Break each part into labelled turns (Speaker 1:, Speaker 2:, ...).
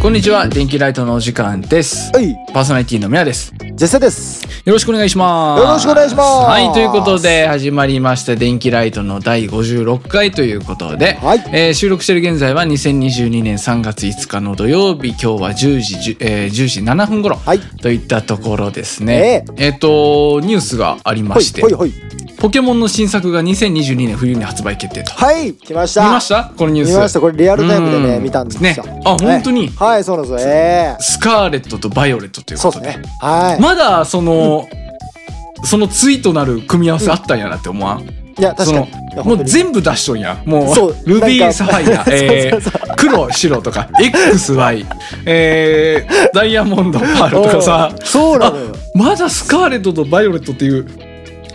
Speaker 1: こんにちは電気ライトのお時間です
Speaker 2: はい、
Speaker 1: パーソナリティのミヤです
Speaker 2: ジェセです。
Speaker 1: よろしくお願いします
Speaker 2: よろしくお願いします
Speaker 1: はいということで始まりました電気ライトの第56回ということで、
Speaker 2: はい
Speaker 1: えー収録している現在は2022年3月5日の土曜日今日は10時 10,、えー10時7分頃
Speaker 2: はい。
Speaker 1: といったところですねえっ、とニュースがありま
Speaker 2: ほい
Speaker 1: して
Speaker 2: ほいほい。
Speaker 1: ポケモンの新作が2022年冬に発売決定と
Speaker 2: はい、来ました。
Speaker 1: 見ましたこのニュース
Speaker 2: 見ました。これリアルタイムでね、
Speaker 1: うん
Speaker 2: 見たんですよ。
Speaker 1: ねあ本当に
Speaker 2: はいはい、そうなんですよ。え
Speaker 1: スカーレットとバイオレットとい
Speaker 2: え
Speaker 1: う
Speaker 2: そ
Speaker 1: こ
Speaker 2: う
Speaker 1: とで、
Speaker 2: ですね。はい。
Speaker 1: まだその、そのついとなる組み合わせあったんやなって思わん、
Speaker 2: いや、確
Speaker 1: そ
Speaker 2: かに
Speaker 1: の
Speaker 2: いや。
Speaker 1: も
Speaker 2: 本当
Speaker 1: う
Speaker 2: に
Speaker 1: 全部出しとんやも
Speaker 2: そうう
Speaker 1: ルビー
Speaker 2: なんか
Speaker 1: サファイア、え
Speaker 2: そうそ
Speaker 1: ー、黒白とか XY、えー、ダイヤモンドパールとかさ
Speaker 2: うんそうなのよ。
Speaker 1: まだスカーレットとバイオレットっていう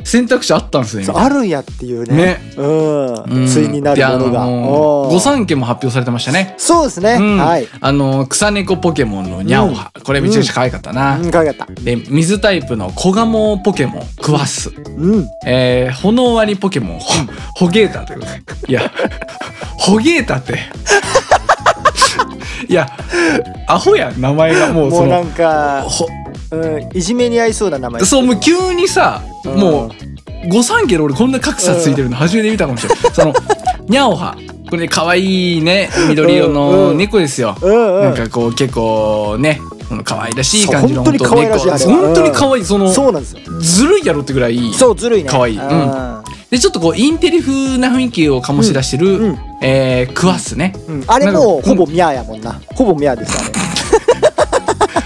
Speaker 1: 選択肢あったんですね
Speaker 2: そうあるんやっていうね。
Speaker 1: ね
Speaker 2: う
Speaker 1: うん
Speaker 2: ん。ついになるもの
Speaker 1: であ
Speaker 2: が。
Speaker 1: のー
Speaker 2: うん
Speaker 1: 御三家も発表されてましたね
Speaker 2: そうですね。
Speaker 1: うん
Speaker 2: はい。
Speaker 1: あの草猫ポケモンのニャオハ、これめちゃくちゃ可愛かったな、
Speaker 2: うん、かわいかった。
Speaker 1: で水タイプのコガモポケモンクワス、
Speaker 2: うん。
Speaker 1: えー、炎割りポケモンホホゲータといういやホゲータって いやアホやん名前がもう
Speaker 2: も
Speaker 1: そう
Speaker 2: な
Speaker 1: の
Speaker 2: んか、
Speaker 1: ほ
Speaker 2: うん、いじめに合いそうな名前。
Speaker 1: そうもう急にさ
Speaker 2: うん
Speaker 1: もう五三家の俺こんな格差ついてるの初めて見たかもしれないそのニャオハこれね可愛いね緑色
Speaker 2: う
Speaker 1: の
Speaker 2: ん
Speaker 1: 猫ですよ
Speaker 2: うんう
Speaker 1: なん
Speaker 2: ん。
Speaker 1: かこう結構ねこの可愛らしい
Speaker 2: そう
Speaker 1: 感じの
Speaker 2: 本当に可愛らしい
Speaker 1: 本当
Speaker 2: あれは
Speaker 1: 本当に可愛いその
Speaker 2: そうなんですよ。
Speaker 1: ずるいやろってぐらい
Speaker 2: そう、ずるいね。
Speaker 1: かわいいうん
Speaker 2: うん。
Speaker 1: でちょっとこうインテリ風な雰囲気を醸し出してる、
Speaker 2: うん
Speaker 1: えークワッスね
Speaker 2: うん、あれも
Speaker 1: な
Speaker 2: うほ
Speaker 1: んか
Speaker 2: ぼミャーやもんな。ほぼミャーですよね。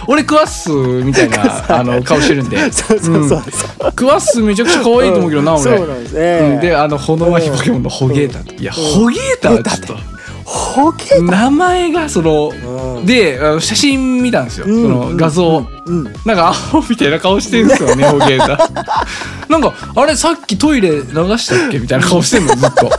Speaker 1: 俺クワッスみたい なあの顔してるんで
Speaker 2: そうそうそうそう。
Speaker 1: クワッスめちゃくちゃ可愛いと思うけどな、
Speaker 2: ん
Speaker 1: 俺
Speaker 2: そうなんですね。
Speaker 1: うんであの炎わひポケモンのホゲータいや、ホゲータはちょっ
Speaker 2: ほけ
Speaker 1: と名前がその、
Speaker 2: うん
Speaker 1: であの写真見たんですよ、
Speaker 2: うん
Speaker 1: その画像、
Speaker 2: うん。うん
Speaker 1: なんかアホみたいな顔してるんです よねホゲータなんかあれさっきトイレ流したっけみたいな顔してんのずっと。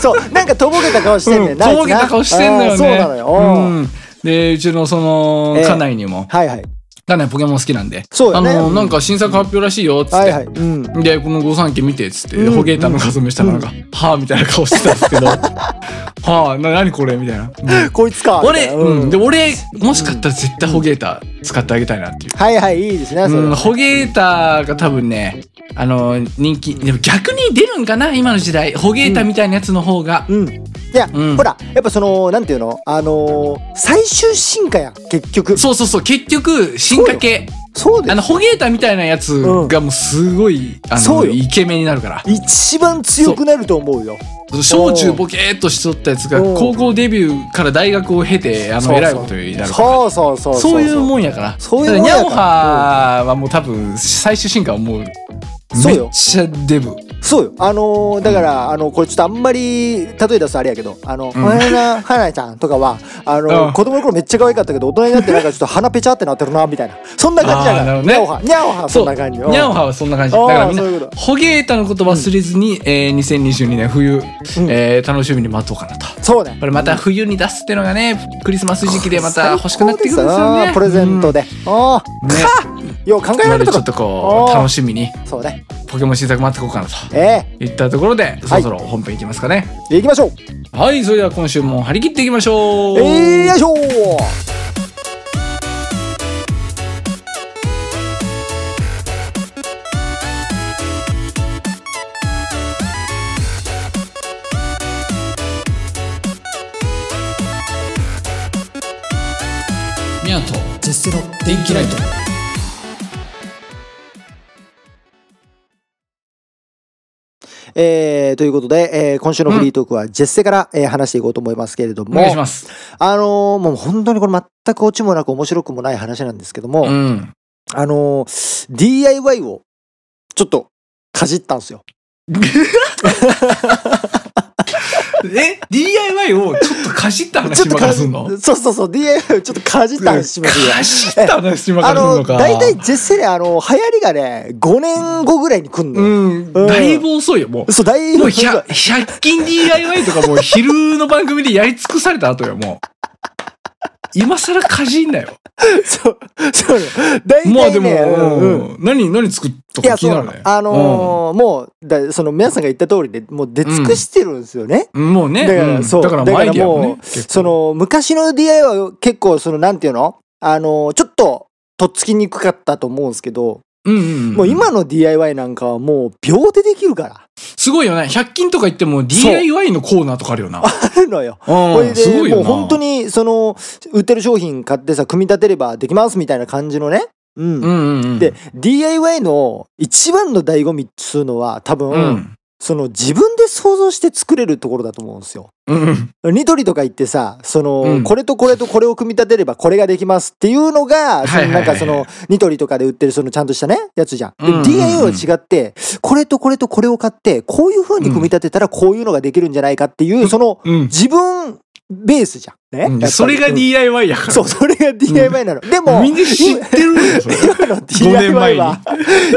Speaker 2: そう、なんかとぼけた顔してんねんな。
Speaker 1: とぼけた顔してんだよ
Speaker 2: あ
Speaker 1: ね。
Speaker 2: ーそうなのよ。うん
Speaker 1: うんで、うちのその、
Speaker 2: ええ
Speaker 1: 家内にも、
Speaker 2: はいはい。
Speaker 1: 家内ポケモン好きなんで、
Speaker 2: そうよね
Speaker 1: あの、
Speaker 2: うん
Speaker 1: なんか新作発表らしいよ、つって。
Speaker 2: はいはい。うん。
Speaker 1: で、この御三家見て、つって、
Speaker 2: うん
Speaker 1: ホゲータの画像見したらなんか、はぁ、みたいな顔してたんです けど、はぁ、な、なにこれみたいな。うん
Speaker 2: こいつか。み
Speaker 1: 俺、
Speaker 2: たいな
Speaker 1: うん、で、俺、もしかったら絶対ホゲータ使ってあげたいなっていう。
Speaker 2: はいはい、いいですね。それ
Speaker 1: うん、ホゲータが多分ね、あの、人気、でも逆に出るんかな今の時代。ホゲータみたいなやつの方が。
Speaker 2: うん。いや、
Speaker 1: うん
Speaker 2: ほら、やっぱその、なんていうのあのー、最終進化やん、結局。
Speaker 1: そうそうそう、結局、進化系。
Speaker 2: そうで
Speaker 1: あの、ホゲータみたいなやつがもうすごい、あ
Speaker 2: そ
Speaker 1: の、
Speaker 2: うよ
Speaker 1: イケメンになるから。
Speaker 2: す。一番強くなると思うよ。
Speaker 1: 小中ボケーっとしとったやつが、
Speaker 2: うん
Speaker 1: 高校デビューから大学を経て、あ
Speaker 2: そ
Speaker 1: の、
Speaker 2: うそう
Speaker 1: 偉いことになるから。
Speaker 2: そうそうそう。
Speaker 1: そういうもんやから。
Speaker 2: そういう
Speaker 1: だ
Speaker 2: もん
Speaker 1: か
Speaker 2: や
Speaker 1: ら
Speaker 2: か
Speaker 1: ニ
Speaker 2: ら
Speaker 1: ャオハはもう多分、最終進化はもう、
Speaker 2: そ
Speaker 1: め
Speaker 2: う
Speaker 1: っ
Speaker 2: よ
Speaker 1: ちゃデブ。
Speaker 2: そうよ。あのーだから、あの、これちょっとあんまり、例え出すとあれやけど、あの、
Speaker 1: ん
Speaker 2: おやな、はなちゃんとかは、あのー
Speaker 1: うん
Speaker 2: 子供の頃めっちゃ可愛かったけど、大人になってなんかちょっと鼻ぺちゃってなってるな、みたいな。そんな感じやか
Speaker 1: あーなる
Speaker 2: ら。
Speaker 1: ほど
Speaker 2: に
Speaker 1: ね
Speaker 2: ゃおは、にゃおは、そんな感じ。
Speaker 1: ニ
Speaker 2: うん
Speaker 1: ャオハはそんな感じ。だ
Speaker 2: あー
Speaker 1: からみん
Speaker 2: そういうこ
Speaker 1: な、
Speaker 2: と
Speaker 1: ホゲータのこと忘れずに、えー2022年冬、えー楽しみに待とうかなと。
Speaker 2: そうね。
Speaker 1: これまた冬に出すってのがね、クリスマス時期でまた欲しくなってくるんです
Speaker 2: 最高
Speaker 1: よ
Speaker 2: で
Speaker 1: ね。
Speaker 2: プレゼントで。あ
Speaker 1: うん。ね。
Speaker 2: あ、よう考え
Speaker 1: な
Speaker 2: ら
Speaker 1: の
Speaker 2: れた
Speaker 1: でちょ
Speaker 2: こ
Speaker 1: っと
Speaker 2: と。
Speaker 1: こ
Speaker 2: あ
Speaker 1: う、
Speaker 2: ー
Speaker 1: 楽しみに、
Speaker 2: そうね。
Speaker 1: ポケモン新作待っていこうかなと。
Speaker 2: え
Speaker 1: いったところで、そろそろ本編いきますかね。
Speaker 2: え行きましょう。
Speaker 1: はい、それでは今週も張り切っていきましょう。
Speaker 2: えー、よいしょ
Speaker 1: ミヤと
Speaker 2: 絶世の
Speaker 1: 電気ライト。
Speaker 2: えー、ということで、えー、今週のフリートークはジェッセから、えー話していこうと思いますけれど
Speaker 1: お
Speaker 2: も、
Speaker 1: 願いします。
Speaker 2: あのーもう本当にこれ全く落ちもなく面白くもない話なんですけども、
Speaker 1: うん。
Speaker 2: あのー DIY をちょっとかじったんですよ。
Speaker 1: え、DIY をちょっとかじった
Speaker 2: ち
Speaker 1: 話
Speaker 2: ょっと
Speaker 1: 今からすんの
Speaker 2: そうそうそう、DIY をちょっとかじった んしますよ。
Speaker 1: かじった話今か
Speaker 2: あ
Speaker 1: らすん
Speaker 2: の
Speaker 1: のか。
Speaker 2: 大体ジェッセね、あの流行りがね、5年後ぐらいに来んのよ。
Speaker 1: うん、だいぶ遅いよ、もう。
Speaker 2: そう、だい
Speaker 1: もう
Speaker 2: ぶ。
Speaker 1: 100、100均 DIY とかもう昼の番組でやり尽くされた後よ、もう。今更かじんなよ。
Speaker 2: そう、 そうだ。大体、ね、
Speaker 1: まあでも、
Speaker 2: うんうん
Speaker 1: うん何、何作った
Speaker 2: いや、
Speaker 1: か気
Speaker 2: そ
Speaker 1: に
Speaker 2: う
Speaker 1: な
Speaker 2: な
Speaker 1: る
Speaker 2: の
Speaker 1: ね。。
Speaker 2: あのーもう、だその皆さんが言った通りで、もう出尽くしてるんですよね。
Speaker 1: うんもうね、
Speaker 2: だから
Speaker 1: うん
Speaker 2: そう
Speaker 1: だから
Speaker 2: だ
Speaker 1: もう
Speaker 2: か
Speaker 1: ア
Speaker 2: ら
Speaker 1: イディアもね
Speaker 2: もう
Speaker 1: 結構
Speaker 2: その、昔の DI は結構、その、なんていうのあのーちょっと、とっつきにくかったと思うんですけど、
Speaker 1: うんうんん
Speaker 2: もう今の DIY なんかはもう秒でできるから。
Speaker 1: すごいよね。100均とか行っても DIY のコーナーとかあるよな。
Speaker 2: あるのよ。こ
Speaker 1: う
Speaker 2: れ
Speaker 1: ん、すごい
Speaker 2: で、
Speaker 1: よ
Speaker 2: もう
Speaker 1: な。
Speaker 2: 本当に、その、売ってる商品買ってさ、組み立てればできますみたいな感じのね。うん。
Speaker 1: うんうんうん。
Speaker 2: で、DIY の一番の醍醐味っつうのは、多分、
Speaker 1: うん。
Speaker 2: その自分で想像して作れるところだと思うんですよ。
Speaker 1: うんうん。
Speaker 2: ニトリとか行ってさ、その、
Speaker 1: うん
Speaker 2: これとこれとこれを組み立てればこれができますっていうのが、そ
Speaker 1: はい
Speaker 2: の
Speaker 1: はいは
Speaker 2: な
Speaker 1: い
Speaker 2: んかその、ニトリとかで売ってるそのちゃんとしたね、やつじゃん。で
Speaker 1: うんうんうん
Speaker 2: DIY は違って、これとこれとこれを買って、こういう風に組み立てたらこういうのができるんじゃないかっていう、その、
Speaker 1: うん
Speaker 2: 自分ベースじゃん。ね。やっ
Speaker 1: うん
Speaker 2: ぱり
Speaker 1: それが
Speaker 2: うん
Speaker 1: DIY やから。
Speaker 2: そう、それが DIY なの。でも、
Speaker 1: みんな知ってるんだよ、それ。
Speaker 2: 今の
Speaker 1: 年前
Speaker 2: DIY
Speaker 1: に
Speaker 2: は、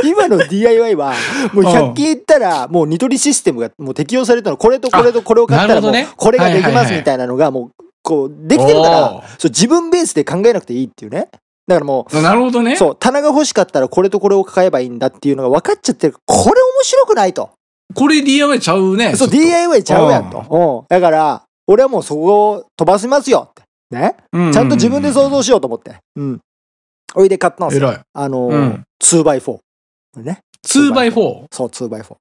Speaker 2: 今の DIY は、もう
Speaker 1: う
Speaker 2: 100
Speaker 1: ん
Speaker 2: 均行ったら、もうニトリシステムがもう適用されたの、これとこれとこれを買ったら、
Speaker 1: あなる
Speaker 2: も
Speaker 1: ほ
Speaker 2: う
Speaker 1: どね
Speaker 2: これができ
Speaker 1: はい
Speaker 2: ま
Speaker 1: はい
Speaker 2: す
Speaker 1: はい
Speaker 2: みたいなのが、もう、こう、できてるか
Speaker 1: お
Speaker 2: ら
Speaker 1: ー、
Speaker 2: そう、自分ベースで考えなくていいっていうね。だからも
Speaker 1: なるほどね。
Speaker 2: う、そう、棚が欲しかったらこれとこれを買えばいいんだっていうのが分かっちゃってる。これ面白くないと。
Speaker 1: これ DIY ちゃうね。
Speaker 2: そう、
Speaker 1: ちょっと
Speaker 2: DIY ちゃうやんと。うん。だから、俺はもうそこを飛ばしますよって。ね。ちゃんと自分で想像しようと思って。うん。おいで買ったんですよ。
Speaker 1: 偉い。
Speaker 2: あの
Speaker 1: う
Speaker 2: ー
Speaker 1: ん、
Speaker 2: 2x4。これね。
Speaker 1: 2x4。
Speaker 2: そう、2x4。
Speaker 1: 何そ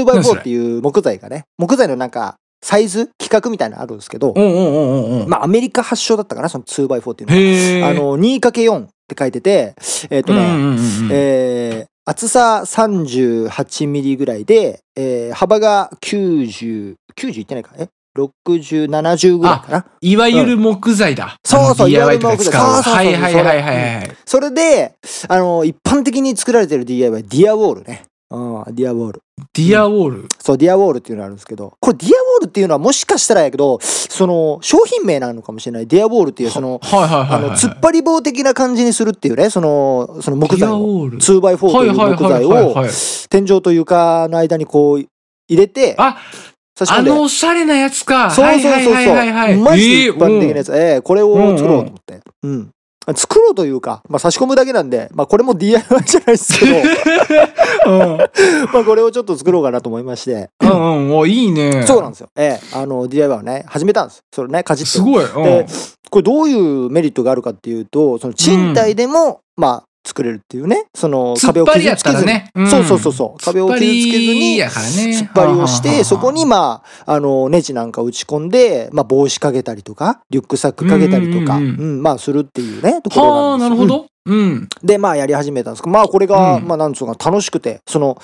Speaker 2: 2x4
Speaker 1: れ
Speaker 2: っていう木材がね、木材のなんか、サイズ、規格みたいなのあるんですけど
Speaker 1: う、んうんうんうんうん。
Speaker 2: まあ、アメリカ発祥だったかな、その 2x4 っていうの
Speaker 1: へえ。
Speaker 2: は。あの、2×4 って書いてて、えっ、と
Speaker 1: うんう
Speaker 2: ね、
Speaker 1: んうんうん、
Speaker 2: えー、厚さ38ミリぐらいで、えー、幅が90、90いってないか、え ?60、70ぐらいかな。
Speaker 1: いわゆる木材だ。
Speaker 2: そうそう
Speaker 1: あの
Speaker 2: いわゆ
Speaker 1: DIY
Speaker 2: る
Speaker 1: とか
Speaker 2: 木材
Speaker 1: 使う。
Speaker 2: そうそうそう
Speaker 1: はいはいはいはいはい。
Speaker 2: それで、あの、一般的に作られてる DIY、ディアウォールね。うん、ディアウォール。
Speaker 1: ディアウォール。
Speaker 2: そう、ディアウォールっていうのがあるんですけど、これディアウォールっていうのはもしかしたらやけど、その商品名なのかもしれない。ディアウォールっていうその、
Speaker 1: はいはい
Speaker 2: あ
Speaker 1: はい、
Speaker 2: の、
Speaker 1: はい。
Speaker 2: 突っ張り棒的な感じにするっていうね、その、その木
Speaker 1: ディ
Speaker 2: 材
Speaker 1: アウ
Speaker 2: を。
Speaker 1: ォール。
Speaker 2: 2x4 と
Speaker 1: はいいうはい
Speaker 2: 木
Speaker 1: はい
Speaker 2: 材
Speaker 1: はい
Speaker 2: を
Speaker 1: はい。
Speaker 2: 天井と床の間にこう入れて、
Speaker 1: あ、
Speaker 2: 差し込
Speaker 1: あ
Speaker 2: んで。
Speaker 1: のおしゃれなやつか。
Speaker 2: そうそうそうそう。
Speaker 1: はいはいはいはい、はい。
Speaker 2: マジで一般的な
Speaker 1: え
Speaker 2: やつ。ええこれを作ろうと思って。うん。作ろうというか、まあ差し込むだけなんで、まあこれも DIY じゃないですけど、
Speaker 1: えうん
Speaker 2: まあこれをちょっと作ろうかなと思いまして。
Speaker 1: うんうんうん。お、いいね。
Speaker 2: そうなんですよ。ええあの、DIY をね、始めたんです。それね、かじって。
Speaker 1: すごい。うん。
Speaker 2: でこれどういうメリットがあるかっていうと、その賃貸でも、まあ、作れるっていうね、その
Speaker 1: 突
Speaker 2: 壁
Speaker 1: っ
Speaker 2: を
Speaker 1: 張
Speaker 2: 傷
Speaker 1: りやっ
Speaker 2: つけ
Speaker 1: た
Speaker 2: ず
Speaker 1: ら
Speaker 2: に。
Speaker 1: ね。ん
Speaker 2: そうそうそうそう。壁を傷つけずに、
Speaker 1: 突っ張りやからね
Speaker 2: 突
Speaker 1: はあは
Speaker 2: っ張りをし
Speaker 1: あは
Speaker 2: て、
Speaker 1: あ
Speaker 2: そこに、まあ、あの、ネジなんか打ち込んで、まあ、帽子かけたりとか、リュックサックかけたりとか、
Speaker 1: う
Speaker 2: うん、
Speaker 1: うんうん
Speaker 2: まあ、するっていうね、とこ
Speaker 1: は
Speaker 2: ろ
Speaker 1: あ、
Speaker 2: な
Speaker 1: なんる
Speaker 2: です
Speaker 1: ほ
Speaker 2: よ。
Speaker 1: ど。うん。
Speaker 2: うんで、まあ、やり始めたんですけど、まあ、これが、
Speaker 1: うん
Speaker 2: まあ、なんつうのか、楽しくて、その、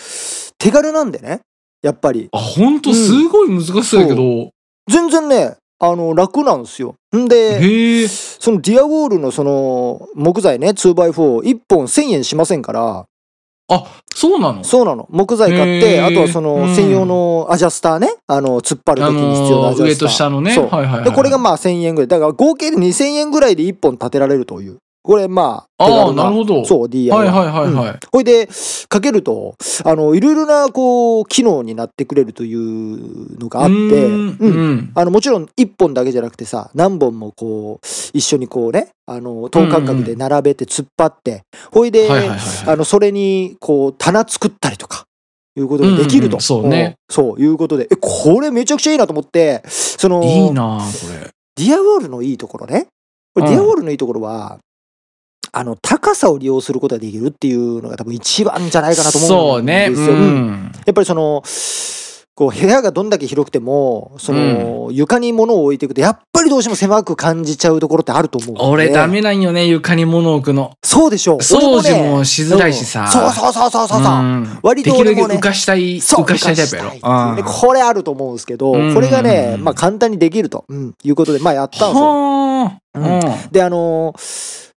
Speaker 2: 手軽なんでね、やっぱり。
Speaker 1: あ、ほんと、すごい難しそうやけど。
Speaker 2: 全然ね、あの、楽なんですよ。んで、
Speaker 1: へえ。
Speaker 2: そのディアウォールのその木材ね、2x4、1本1000円しませんから、
Speaker 1: あ、そうなの
Speaker 2: そうなの。木材買っ
Speaker 1: へ
Speaker 2: て、
Speaker 1: ー
Speaker 2: あとはそ
Speaker 1: うん
Speaker 2: の専用のアジャスターね、あの、突っ張る
Speaker 1: あ
Speaker 2: 時に必要なア
Speaker 1: の
Speaker 2: ジ
Speaker 1: 上
Speaker 2: ャスター。
Speaker 1: と下のね。
Speaker 2: そ
Speaker 1: はいは
Speaker 2: う
Speaker 1: いはい。
Speaker 2: で、これがまあ1000円ぐらい。だから合計で2000円ぐらいで1本立てられるという。これまあ、手
Speaker 1: ああ、
Speaker 2: 軽な。
Speaker 1: なるほど。
Speaker 2: そう、DIY。
Speaker 1: はいはいはいはい。
Speaker 2: うんほいで、かけると、あの、いろいろな、こう、機能になってくれるというのがあって、
Speaker 1: うーん
Speaker 2: うん
Speaker 1: うん。
Speaker 2: あのもちろん1本だけじゃなくてさ何本もこう一緒にこうねあの等間隔で並べて突っ張って、ほいで、
Speaker 1: はいはいはいはい
Speaker 2: あのそれにこう棚作ったりとかいうことができる
Speaker 1: うん
Speaker 2: と、
Speaker 1: うんそうね
Speaker 2: んそういうことでえこれめちゃくちゃいいなと思ってその
Speaker 1: いいなあこれ。
Speaker 2: ディアウォールのいいところねこれ
Speaker 1: うん
Speaker 2: ディアウォールのいいところは、あの高さを利用することができるっていうのが多分一番じゃないかなと思
Speaker 1: そううん
Speaker 2: で
Speaker 1: ね。
Speaker 2: す
Speaker 1: う
Speaker 2: よ。うん
Speaker 1: ん。
Speaker 2: やっぱりその、こう部屋がどんだけ広くても、その、床に物を置いていくと、やっぱりどうしても狭く感じちゃうところってあると思う、
Speaker 1: 俺ダ。メなんよね、床に物置くの。
Speaker 2: そうでしょう。
Speaker 1: 掃除
Speaker 2: 俺ね
Speaker 1: もしづらいしさ。
Speaker 2: うんそうそうそうそうそうそう。
Speaker 1: ん
Speaker 2: 割と俺
Speaker 1: でき
Speaker 2: も
Speaker 1: るだ
Speaker 2: ね
Speaker 1: け浮かしたい、
Speaker 2: そう
Speaker 1: 浮かしたいタイプやろ
Speaker 2: 浮かしたいっていうねこれあると思うんですけど、
Speaker 1: うん
Speaker 2: これがね、まあ簡単にできると、うんいうことで、まあやったんですよ。
Speaker 1: はあ。
Speaker 2: うんで、あのー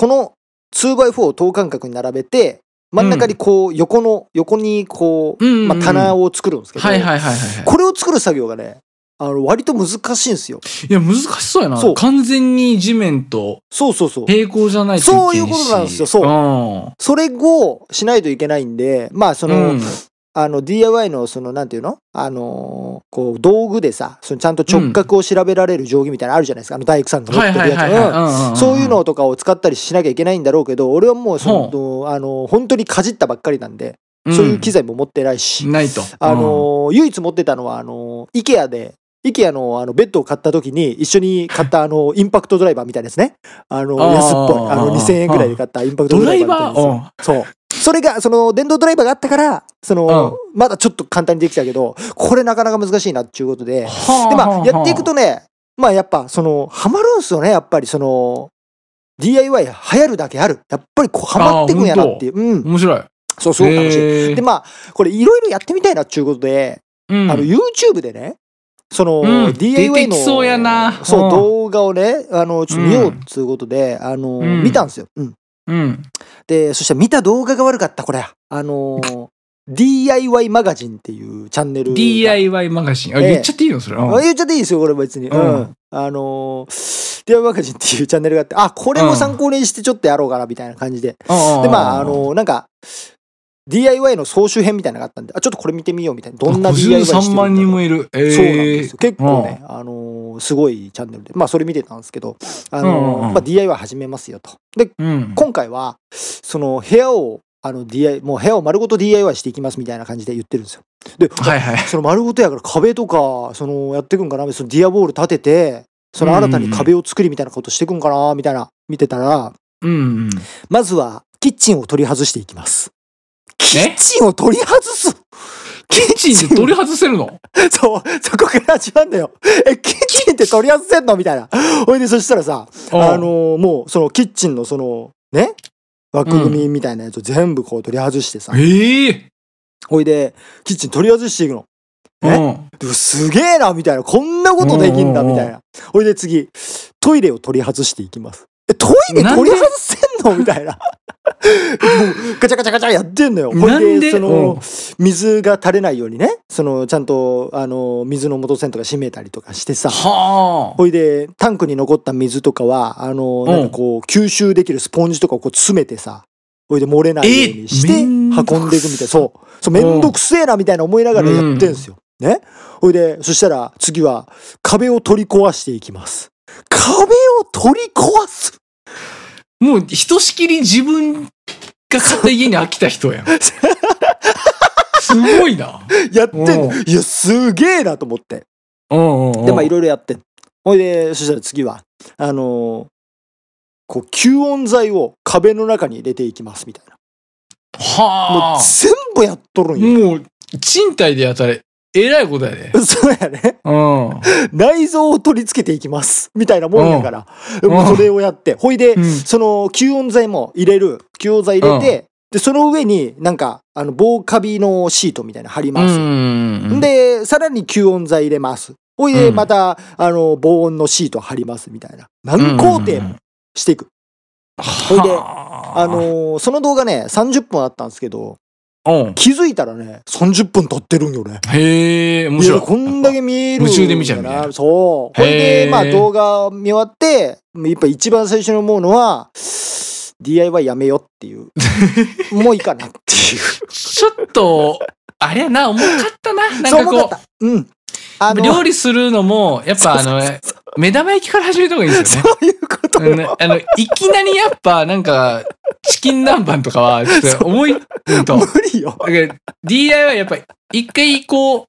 Speaker 2: この 2x4 を等間隔に並べて、真ん中にこう、横の、横にこう、
Speaker 1: うんうんうん
Speaker 2: まあ棚を作るんですけど、
Speaker 1: はいはいはいはいはい。
Speaker 2: これを作る作業がね、あの割と難しいんですよ。
Speaker 1: いや、難しそうやな
Speaker 2: そう。
Speaker 1: 完全に地面と
Speaker 2: そうそうそう。
Speaker 1: 平行じゃないと
Speaker 2: そういう
Speaker 1: けし
Speaker 2: ことなんですよそう
Speaker 1: うん。
Speaker 2: それをしないといけないんで、まあその、
Speaker 1: うん
Speaker 2: あの DIY のそのなんていうのあのーこう道具でさそのちゃんと直角を調べられる定規みたいなのあるじゃないですか、あの大工さんの乗っ
Speaker 1: は
Speaker 2: て
Speaker 1: い
Speaker 2: る
Speaker 1: はいはい
Speaker 2: やつう
Speaker 1: は
Speaker 2: ん
Speaker 1: い。んんん
Speaker 2: そういうのとかを使ったりしなきゃいけないんだろうけど俺はもうそのあの本当にかじったばっかりなんでそういう機材も持ってないし、
Speaker 1: うんないと。
Speaker 2: あのー唯一持ってたのはあのー IKEA で IKEA のあのベッドを買った時に一緒に買ったあのインパクトドライバーみたいなですねあの
Speaker 1: あー
Speaker 2: 安っぽいあ
Speaker 1: あ
Speaker 2: の
Speaker 1: ー
Speaker 2: 2000円ぐらいで買ったインパクト
Speaker 1: ド
Speaker 2: ドラ
Speaker 1: ラ
Speaker 2: イ
Speaker 1: イ
Speaker 2: バー
Speaker 1: バ
Speaker 2: みたいなや
Speaker 1: ー
Speaker 2: つそうそれがその電動ドライバーがあったからそのまだちょっと簡単にできたけどこれなかなか難しいなっていうこと
Speaker 1: で
Speaker 2: ででまあやっていくとねまあやっぱそのハマるんすよねやっぱりその DIY 流行るだけあるやっぱりこうハマってくんやなっていううん
Speaker 1: 面白い。
Speaker 2: そうすごく楽しい
Speaker 1: へー
Speaker 2: でまあこれいろいろやってみたいなっちゅうことで、
Speaker 1: うん
Speaker 2: あの YouTube でねその、
Speaker 1: うん出
Speaker 2: DIY
Speaker 1: て
Speaker 2: の
Speaker 1: きそうやな
Speaker 2: そう
Speaker 1: うん
Speaker 2: 動画をねあのちょっと見ようっつうことで、あの
Speaker 1: うん
Speaker 2: 見たんですよ、うん、
Speaker 1: うん。
Speaker 2: でそしたら見た動画が悪かったこれあ の DIY マガジンっていうチャンネルが
Speaker 1: DIY マガジン。あ、
Speaker 2: ええ
Speaker 1: 言っちゃっていいのそれ。うん
Speaker 2: あ言っちゃっていいですよこれ別に、う
Speaker 1: うんん
Speaker 2: あの DIY マガジンっていうチャンネルがあってあこれを参考にしてちょっとやろうかなみたいな感じででまああ、のなんか DIY の総集編みたいなのがあったんであちょっとこれ見てみようみたいなどんな DIY してるんだろう
Speaker 1: 53万人もいる。ええ
Speaker 2: そうなんですよ結構ね、あのーすごいチャンネルでまあそれ見てたんですけど、あ
Speaker 1: う
Speaker 2: のー
Speaker 1: んうんうん
Speaker 2: まあ、DIY 始めますよとで
Speaker 1: うん。
Speaker 2: 今回はその部屋をあの DIY もう部屋を丸ごと DIY していきますみたいな感じで言ってるんですよで、
Speaker 1: はいはい。
Speaker 2: その丸ごとやから壁とかそのやってくんかなそのディアボール立ててその新たに壁を作りみたいなことしてくんかなみたいな見てたら
Speaker 1: うんうん。
Speaker 2: まずはキッチンを取り外していきますキ
Speaker 1: え
Speaker 2: ッチンを取り外す
Speaker 1: キッチンで取り外せるの
Speaker 2: そう、そこから始まるんだよ。え、キッチンって取り外せんのみたいな。ほいで、そしたらさ、 あの、ーもう、そのキッチンのその、ね枠組みみたいなやつを全部こう取り外してさ、
Speaker 1: ええ
Speaker 2: ほいで、キッチン取り外していくの。え
Speaker 1: うん
Speaker 2: ですげえな、みたいな。こんなことできんだ、
Speaker 1: うんうんうん
Speaker 2: みたいな。ほいで次、トイレを取り外していきます。え、トイレ取り外せんのみたいな。も う、ガチャガチャガチャやってんのよ。ほ
Speaker 1: ないん
Speaker 2: で、
Speaker 1: で
Speaker 2: その、
Speaker 1: うん
Speaker 2: 水が垂れないようにね、その、ちゃんと、あの、水の元栓とか閉めたりとかしてさ、
Speaker 1: はあ。
Speaker 2: ほいで、タンクに残った水とかは、あの、
Speaker 1: ん
Speaker 2: なんかこう、吸収できるスポンジとかをこう詰めてさ、ほいで漏れないようにし
Speaker 1: え
Speaker 2: て、運んでいくみたいな。そう。そう、めんどくせえな、みたいな思いながらやってんすよ。ね。ほいで、そしたら、次は、壁を取り壊していきます。壁を取り壊す
Speaker 1: もう、ひとしきり自分が買った家に飽きた 人やん。すごいな。
Speaker 2: やってんの
Speaker 1: う
Speaker 2: いや、すげえなと思って。
Speaker 1: うんうんうん。
Speaker 2: で、まあ、いろいろやってんほいで、そしたら次は、あのーこう、吸音材を壁の中に入れていきます、みたいな。も
Speaker 1: は
Speaker 2: う
Speaker 1: あ。
Speaker 2: 全部やっとるんよ。
Speaker 1: もう、賃貸でやったら、えらいことやで。
Speaker 2: そうやね。
Speaker 1: うん。
Speaker 2: 内臓を取り付けていきます。みたいなもんやから。
Speaker 1: うん
Speaker 2: もうそれをやって。ほいで、
Speaker 1: うん
Speaker 2: その吸音材も入れる。吸音材入れて、で、その上になんか、あの、防カビのシートみたいなの貼り
Speaker 1: う
Speaker 2: ます。
Speaker 1: ん。、
Speaker 2: で、さらに吸音材入れます。ほいで、
Speaker 1: うん
Speaker 2: また、あの、防音のシート貼りますみたいな。何工程もしていく。
Speaker 1: ほ
Speaker 2: いであ
Speaker 1: あ
Speaker 2: の、ーその動画ね、30分あったんですけど、
Speaker 1: うん。
Speaker 2: 気づいたらね、30分経ってるんよね。
Speaker 1: へえ、面白
Speaker 2: い
Speaker 1: い。
Speaker 2: やこんだけ見える
Speaker 1: 夢中で見ちゃうみたいな
Speaker 2: そうこれ
Speaker 1: へ
Speaker 2: で
Speaker 1: ー
Speaker 2: まあ動画見終わってやっぱ一番最初に思うのは DIY やめようっていう もういいかなっていう
Speaker 1: ちょっと、あれやな、重かったな。なん
Speaker 2: そう
Speaker 1: か
Speaker 2: 思っ
Speaker 1: こ
Speaker 2: たうんあ
Speaker 1: う、料理するのも、やっぱあの、目玉焼きから始めた方がいいですよね。
Speaker 2: そういうこと
Speaker 1: うんあの、いきなりやっぱ、なんか、チキン南蛮とかは、ちょっと重い、うんと。
Speaker 2: 無理よ
Speaker 1: だから DIY やっぱ一回こう、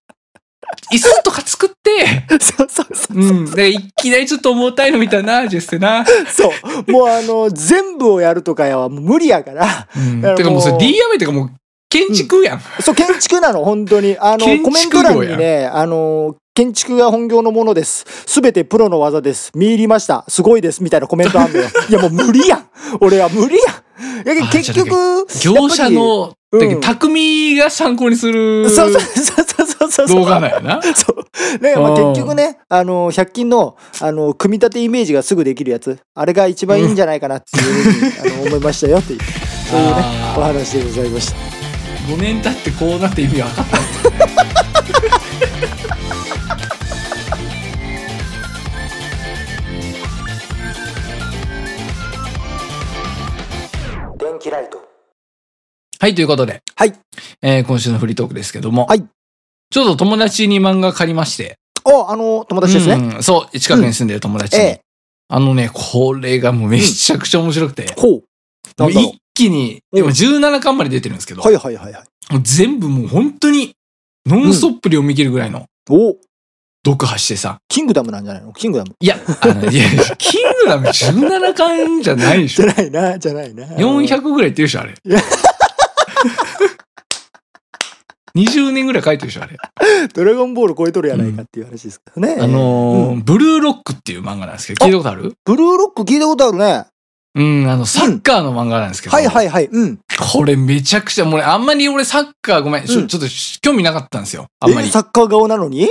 Speaker 1: 椅子とか作って、
Speaker 2: そうそうそう
Speaker 1: うん。だからいきなりちょっと重たいのみたいな、ジェステな。
Speaker 2: そうもうあの全部をやるとかはもう無理やから
Speaker 1: うん。
Speaker 2: だからもう
Speaker 1: てかもうそれ DIY ってかもう建築やん。
Speaker 2: そう建築なの本当にあの
Speaker 1: 建築
Speaker 2: コメント欄に
Speaker 1: 業
Speaker 2: ねあの建築が本業のものです。すべてプロの技です。見入りました。すごいです。みたいなコメントあん のよ。いや、もう無理やん。俺は無理やん。だけど
Speaker 1: あ
Speaker 2: 結局、
Speaker 1: 業者の、
Speaker 2: やっぱり
Speaker 1: だけど匠が参考にする
Speaker 2: そうそうそうそうそうそう。
Speaker 1: 動画だよな。
Speaker 2: そう。ね、まあ
Speaker 1: うん
Speaker 2: 結局ね、あの、100均の、あの、組み立てイメージがすぐできるやつ、あれが一番いいんじゃないかなっていうふうに、あの、思いましたよっていう、そういうね
Speaker 1: あ、ー
Speaker 2: お話でございました。
Speaker 1: 5年経ってこうなって意味分かった。
Speaker 2: 電気ライト。
Speaker 1: はい、ということで。
Speaker 2: はい。
Speaker 1: えー今週のフリートークですけども。
Speaker 2: はい
Speaker 1: ちょっと友達に漫画借りまして。
Speaker 2: お、あの、友達ですね。
Speaker 1: うんそう、近くに住んでる友達
Speaker 2: え
Speaker 1: に。
Speaker 2: え。
Speaker 1: あのね、これがもうめちゃくちゃ面白くて。
Speaker 2: ほう。な
Speaker 1: もうん
Speaker 2: だろ
Speaker 1: 一気に、
Speaker 2: うん
Speaker 1: 今17巻まで出てるんですけど、
Speaker 2: う。はいはいはいはい。
Speaker 1: もう全部もう本当に、ノンストップで読み切るぐらいの
Speaker 2: お
Speaker 1: 読破してさ。
Speaker 2: キングダムなんじゃないのキングダム。
Speaker 1: いや、あの、いや、 キングダム17巻じゃないでし
Speaker 2: じ
Speaker 1: ょ
Speaker 2: ゃ。 ないな、じゃないな。
Speaker 1: 400ぐらい言ってるでしょ、あれ
Speaker 2: いや。
Speaker 1: 20年ぐらい書いてるでしょ、あれ。
Speaker 2: ドラゴンボール超えとるやないかっていう話ですからね。
Speaker 1: あのーブルーロックっていう漫画なんですけど、聞いたことある
Speaker 2: ブルーロック聞いたことあるね。
Speaker 1: うん、あの、サッカーの漫画なんですけど、
Speaker 2: はいはいはい。うん。
Speaker 1: これめちゃくちゃ、もうねあんまり俺サッカーごめん、ち
Speaker 2: う
Speaker 1: ょ
Speaker 2: ん
Speaker 1: ちょっと興味なかったんですよ。あんま
Speaker 2: え
Speaker 1: り。
Speaker 2: サッカー顔なのに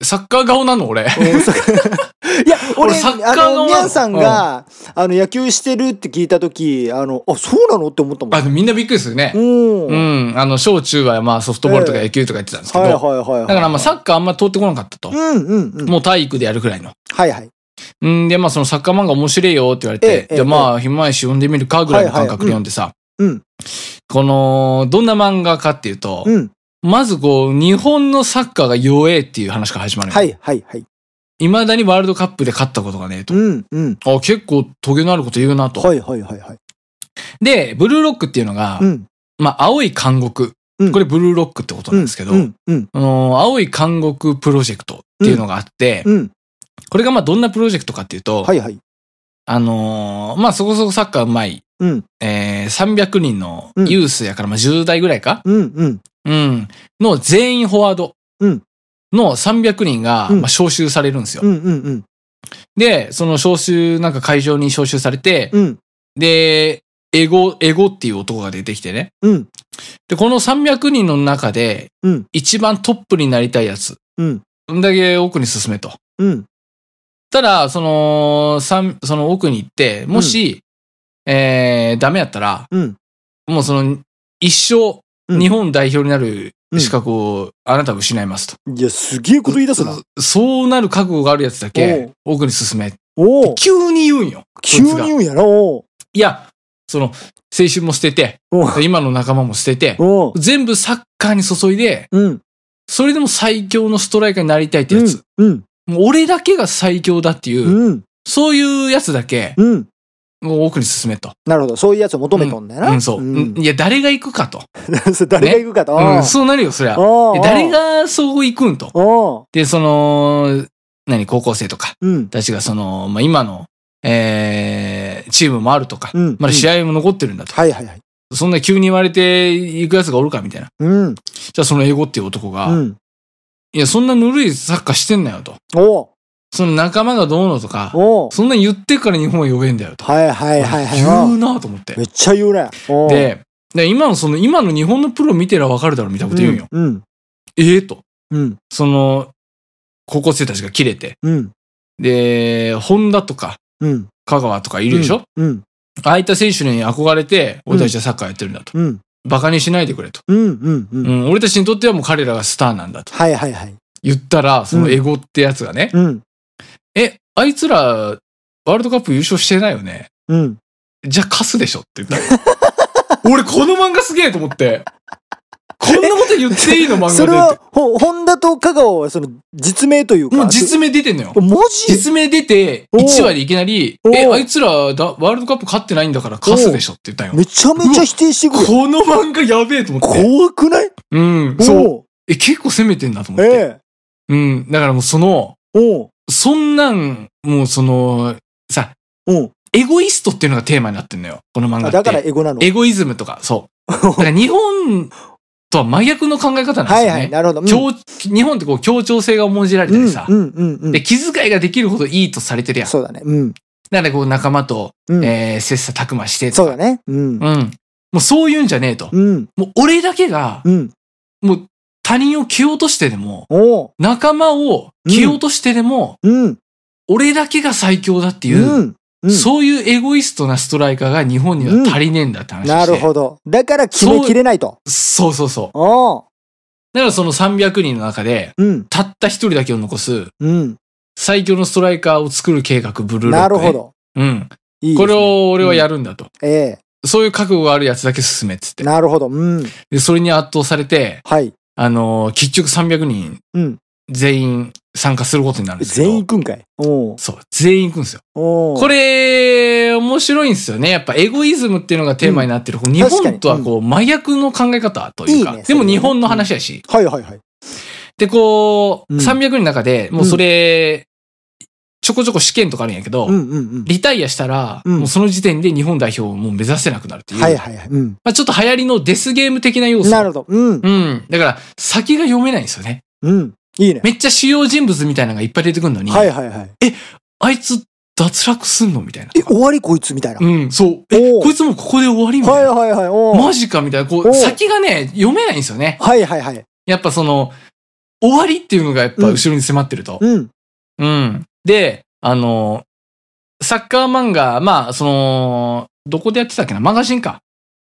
Speaker 1: サッカー顔なの俺。
Speaker 2: うんサッカー いや、俺、
Speaker 1: 俺サッカー
Speaker 2: あ
Speaker 1: 顔なの
Speaker 2: の、ミャンさんが、あの、野球してるって聞いたとき、あの、あ、そうなのって思ったも
Speaker 1: あ
Speaker 2: ん。
Speaker 1: でもみんなびっくりするね。
Speaker 2: う
Speaker 1: う
Speaker 2: ん。はい
Speaker 1: ん。あの、小中はまあソフトボールとか
Speaker 2: ええ
Speaker 1: 野球とか言ってたんですけど、
Speaker 2: はいはいはい。
Speaker 1: だからまあサッカーあんま通ってこなかったと。
Speaker 2: うんうんうん。
Speaker 1: もう体育でやるくらいの。
Speaker 2: はいはい。
Speaker 1: うん、で、まあ、そのサッカー漫画面白いよって言われ
Speaker 2: え
Speaker 1: て
Speaker 2: え、ええ
Speaker 1: じゃあまあ、暇やし読んでみるかぐらいの感覚で読んでさ、
Speaker 2: うん。
Speaker 1: この、どんな漫画かっていうと、
Speaker 2: うん。
Speaker 1: まずこう、日本のサッカーが弱えっていう話から始まる。
Speaker 2: は。いはいはい。
Speaker 1: 未だにワールドカップで勝ったことがねえと。
Speaker 2: うんうん。
Speaker 1: あ、結構、トゲのあること言うなと。
Speaker 2: はいはいはいはい。
Speaker 1: で、ブルーロックっていうのが、
Speaker 2: うん。
Speaker 1: まあ、青い監獄。
Speaker 2: うん
Speaker 1: これブルーロックってことなんですけど、
Speaker 2: うんうん
Speaker 1: あの青い監獄プロジェクトっていうのがあって、
Speaker 2: うん。
Speaker 1: これがまあ、どんなプロジェクトかっていうと、
Speaker 2: はいはい。
Speaker 1: あのーまあ、そこそこサッカーうまい、
Speaker 2: うん
Speaker 1: えー、300人の
Speaker 2: うん
Speaker 1: ユースやから、まあ、10代ぐらいか、
Speaker 2: うんうん。
Speaker 1: うん、の全員フォワード
Speaker 2: うん
Speaker 1: の300人が、
Speaker 2: うん
Speaker 1: まあ、招集されるんですよ。
Speaker 2: うんうんうん。
Speaker 1: で、その招集、なんか会場に招集されて、
Speaker 2: うん
Speaker 1: で、エゴ、エゴっていう男が出てきてね。
Speaker 2: うん
Speaker 1: で、この300人の中で、
Speaker 2: うん
Speaker 1: 一番トップになりたいやつ、
Speaker 2: うん
Speaker 1: んだけ奥に進めと。
Speaker 2: うん
Speaker 1: ただ、その、三その奥に行って、もし、えー、ダメやったら、
Speaker 2: うん。
Speaker 1: もうその、一生、
Speaker 2: うん
Speaker 1: 日本代表になる資格をあなたは失いますと。
Speaker 2: いや、すげえこと言い出すな。
Speaker 1: そうなる覚悟があるやつだけ、奥に進め。
Speaker 2: おお
Speaker 1: 急に言うんよ。
Speaker 2: 急に言うんやな。お
Speaker 1: いや、その、青春も捨てて、
Speaker 2: お
Speaker 1: 今の仲間も捨てて、
Speaker 2: お
Speaker 1: 全部サッカーに注いで、
Speaker 2: うん。
Speaker 1: それでも最強のストライカーになりたいってやつ。
Speaker 2: うん。
Speaker 1: もう俺だけが最強だっていう、
Speaker 2: うん。
Speaker 1: そういうやつだけ、
Speaker 2: うん。
Speaker 1: もう奥に進めと。
Speaker 2: なるほど。そういうやつを求めとんだよな。
Speaker 1: うん、そう。うんいや、誰が行くかと。
Speaker 2: それ誰が行くかと。
Speaker 1: うん、そうなるよ、そりゃ。
Speaker 2: お
Speaker 1: で
Speaker 2: う
Speaker 1: 誰がそう行くんと。
Speaker 2: おう
Speaker 1: で、その、何、高校生とか、
Speaker 2: うん。
Speaker 1: たちがその、まあ、今の、えー、チームもあるとか、
Speaker 2: うん。
Speaker 1: まだ
Speaker 2: 合。
Speaker 1: 試合も残ってるんだと。
Speaker 2: はいはいはい。
Speaker 1: そんな急に言われて行くやつがおるかみたいな。
Speaker 2: うん。
Speaker 1: じゃあその英語っていう男が、
Speaker 2: うん。
Speaker 1: いや、そんなぬるいサッカーしてんなよと。
Speaker 2: おう
Speaker 1: その仲間がどうのとか、
Speaker 2: おう
Speaker 1: そんなん言ってから日本は呼べんだよと。
Speaker 2: はいはいはいはい。
Speaker 1: 言
Speaker 2: お
Speaker 1: う
Speaker 2: う
Speaker 1: なぁと思って
Speaker 2: め。っちゃ言うね。おう、
Speaker 1: で、で今のその、今の日本のプロ見てらわかるだろみたいなこと言うんよ。
Speaker 2: うん。
Speaker 1: ええと。
Speaker 2: うん。
Speaker 1: その、高校生たちが切れて。
Speaker 2: うん。
Speaker 1: で、ホンダとか、
Speaker 2: うん。
Speaker 1: 香川とかい
Speaker 2: い
Speaker 1: るでしょ、
Speaker 2: うん。
Speaker 1: ああいった選手に憧れて、俺たちはサッカーやってるんだと。
Speaker 2: うん。
Speaker 1: バカにしないでくれと。
Speaker 2: うん。うん。う。
Speaker 1: うんん、俺たちにとってはもう彼らがスターなんだと。
Speaker 2: はいはいはい。
Speaker 1: 言ったら、そのエゴってやつがね、
Speaker 2: うん。
Speaker 1: え、あいつら、ワールドカップ優勝してないよね。
Speaker 2: うん。
Speaker 1: じゃあ貸すでしょって言ったの 俺この漫画すげえと思って。こんなこと言っていいの漫
Speaker 2: それ
Speaker 1: 画で
Speaker 2: は、ほ、本田と香川はその、実名という
Speaker 1: って。
Speaker 2: か。
Speaker 1: もう実名出てんのよ。
Speaker 2: 文字
Speaker 1: 実名出て、
Speaker 2: おう
Speaker 1: 1話でいきなり、
Speaker 2: おう
Speaker 1: え、あいつらだ、ワールドカップ勝ってないんだから貸すでしょって言ったんよ。
Speaker 2: めちゃめちゃ否定してくる。
Speaker 1: この漫画やべえと思って。
Speaker 2: 怖くない
Speaker 1: うん。そう。
Speaker 2: う。
Speaker 1: え、結構攻めてんなと思って。
Speaker 2: ええ。
Speaker 1: うん。だからもうその、
Speaker 2: おう。
Speaker 1: そんなん、もうその、さ、
Speaker 2: おう。
Speaker 1: エゴイストっていうのがテーマになってんのよ。この漫画
Speaker 2: あ
Speaker 1: って。
Speaker 2: だからエゴなの。
Speaker 1: エゴイズムとか、 そう。だから日本とは真逆の考え方なんです
Speaker 2: は
Speaker 1: よ
Speaker 2: い
Speaker 1: ね。
Speaker 2: はい、なるほど。うん
Speaker 1: 強日本ってこう協調性が重んじられたりさ、
Speaker 2: うんうんうんうん
Speaker 1: で、気遣いができるほどいいとされてるやん。
Speaker 2: そうだね。うん。
Speaker 1: だからこう仲間と、
Speaker 2: うん
Speaker 1: えー切磋琢磨してとか
Speaker 2: そうだね。うん。
Speaker 1: うん。もうそういうんじゃねえと。
Speaker 2: うん。
Speaker 1: もう俺だけが、
Speaker 2: うん。
Speaker 1: もう他人を蹴落としてでも、
Speaker 2: おう。
Speaker 1: 仲間を蹴落としてでも、
Speaker 2: うん。
Speaker 1: 俺だけが最強だっていうう、
Speaker 2: ん。うん
Speaker 1: そういうエゴイストなストライカーが日本には足りねえんだって話して、
Speaker 2: なるほど。だから決めきれないと。
Speaker 1: そうそうそう。
Speaker 2: おう。
Speaker 1: だからその300人の中で、
Speaker 2: うん。
Speaker 1: たった一人だけを残す
Speaker 2: うん。
Speaker 1: 最強のストライカーを作る計画、ブルーロック、ね。
Speaker 2: なるほ。ど。
Speaker 1: うん。
Speaker 2: いいですね
Speaker 1: これ。を俺はやるんだと。
Speaker 2: ええ。
Speaker 1: そういう覚悟があるやつだけ進めっつって。
Speaker 2: なるほど。うん。
Speaker 1: で、それに圧倒されて、
Speaker 2: はい。
Speaker 1: あのー結局300人
Speaker 2: うん。
Speaker 1: 全員参加することになるんですけど。
Speaker 2: 全員行くんかい。おう
Speaker 1: そう、全員行くんですよ。
Speaker 2: おう
Speaker 1: これ、面白いんですよね。やっぱエゴイズムっていうのがテーマになってる。日本とはこう、真逆の考え方というか。
Speaker 2: いいね
Speaker 1: でも日本の話やし。
Speaker 2: はいはいはい。
Speaker 1: で、こう、
Speaker 2: うん
Speaker 1: 300人の中で、もうそれ、ちょこちょこ試験とかあるんやけど、
Speaker 2: うんうん
Speaker 1: リタイアしたら、
Speaker 2: うん
Speaker 1: もうその時点で日本代表をもう目指せなくなるって
Speaker 2: う
Speaker 1: い
Speaker 2: ん。
Speaker 1: う。
Speaker 2: はいはいはい。うん。
Speaker 1: まあ、ちょっと流行りのデスゲーム的な要素。
Speaker 2: なるほど。うん。
Speaker 1: うん。だから、先が読めないんですよね。
Speaker 2: うん。いいね。
Speaker 1: めっちゃ主要人物みたいなのがいっぱい出てくるのに、
Speaker 2: はいはいはい。
Speaker 1: あいつ脱落すんのみたいな。
Speaker 2: え、終わりこいつみたいな。
Speaker 1: うん、そう。え、
Speaker 2: おう
Speaker 1: こいつもうここで終わりみたい
Speaker 2: は
Speaker 1: な。
Speaker 2: いはいはい。おう
Speaker 1: マジかみたいな。こ
Speaker 2: お
Speaker 1: う、
Speaker 2: う
Speaker 1: 先がね、読めないんですよね。
Speaker 2: はいはいはい。
Speaker 1: やっぱその、終わりっていうのがやっぱ後ろに迫ってると。
Speaker 2: うん。
Speaker 1: うん。で、あの、サッカー漫画、まあ、その、どこでやってたっけなマガジンか。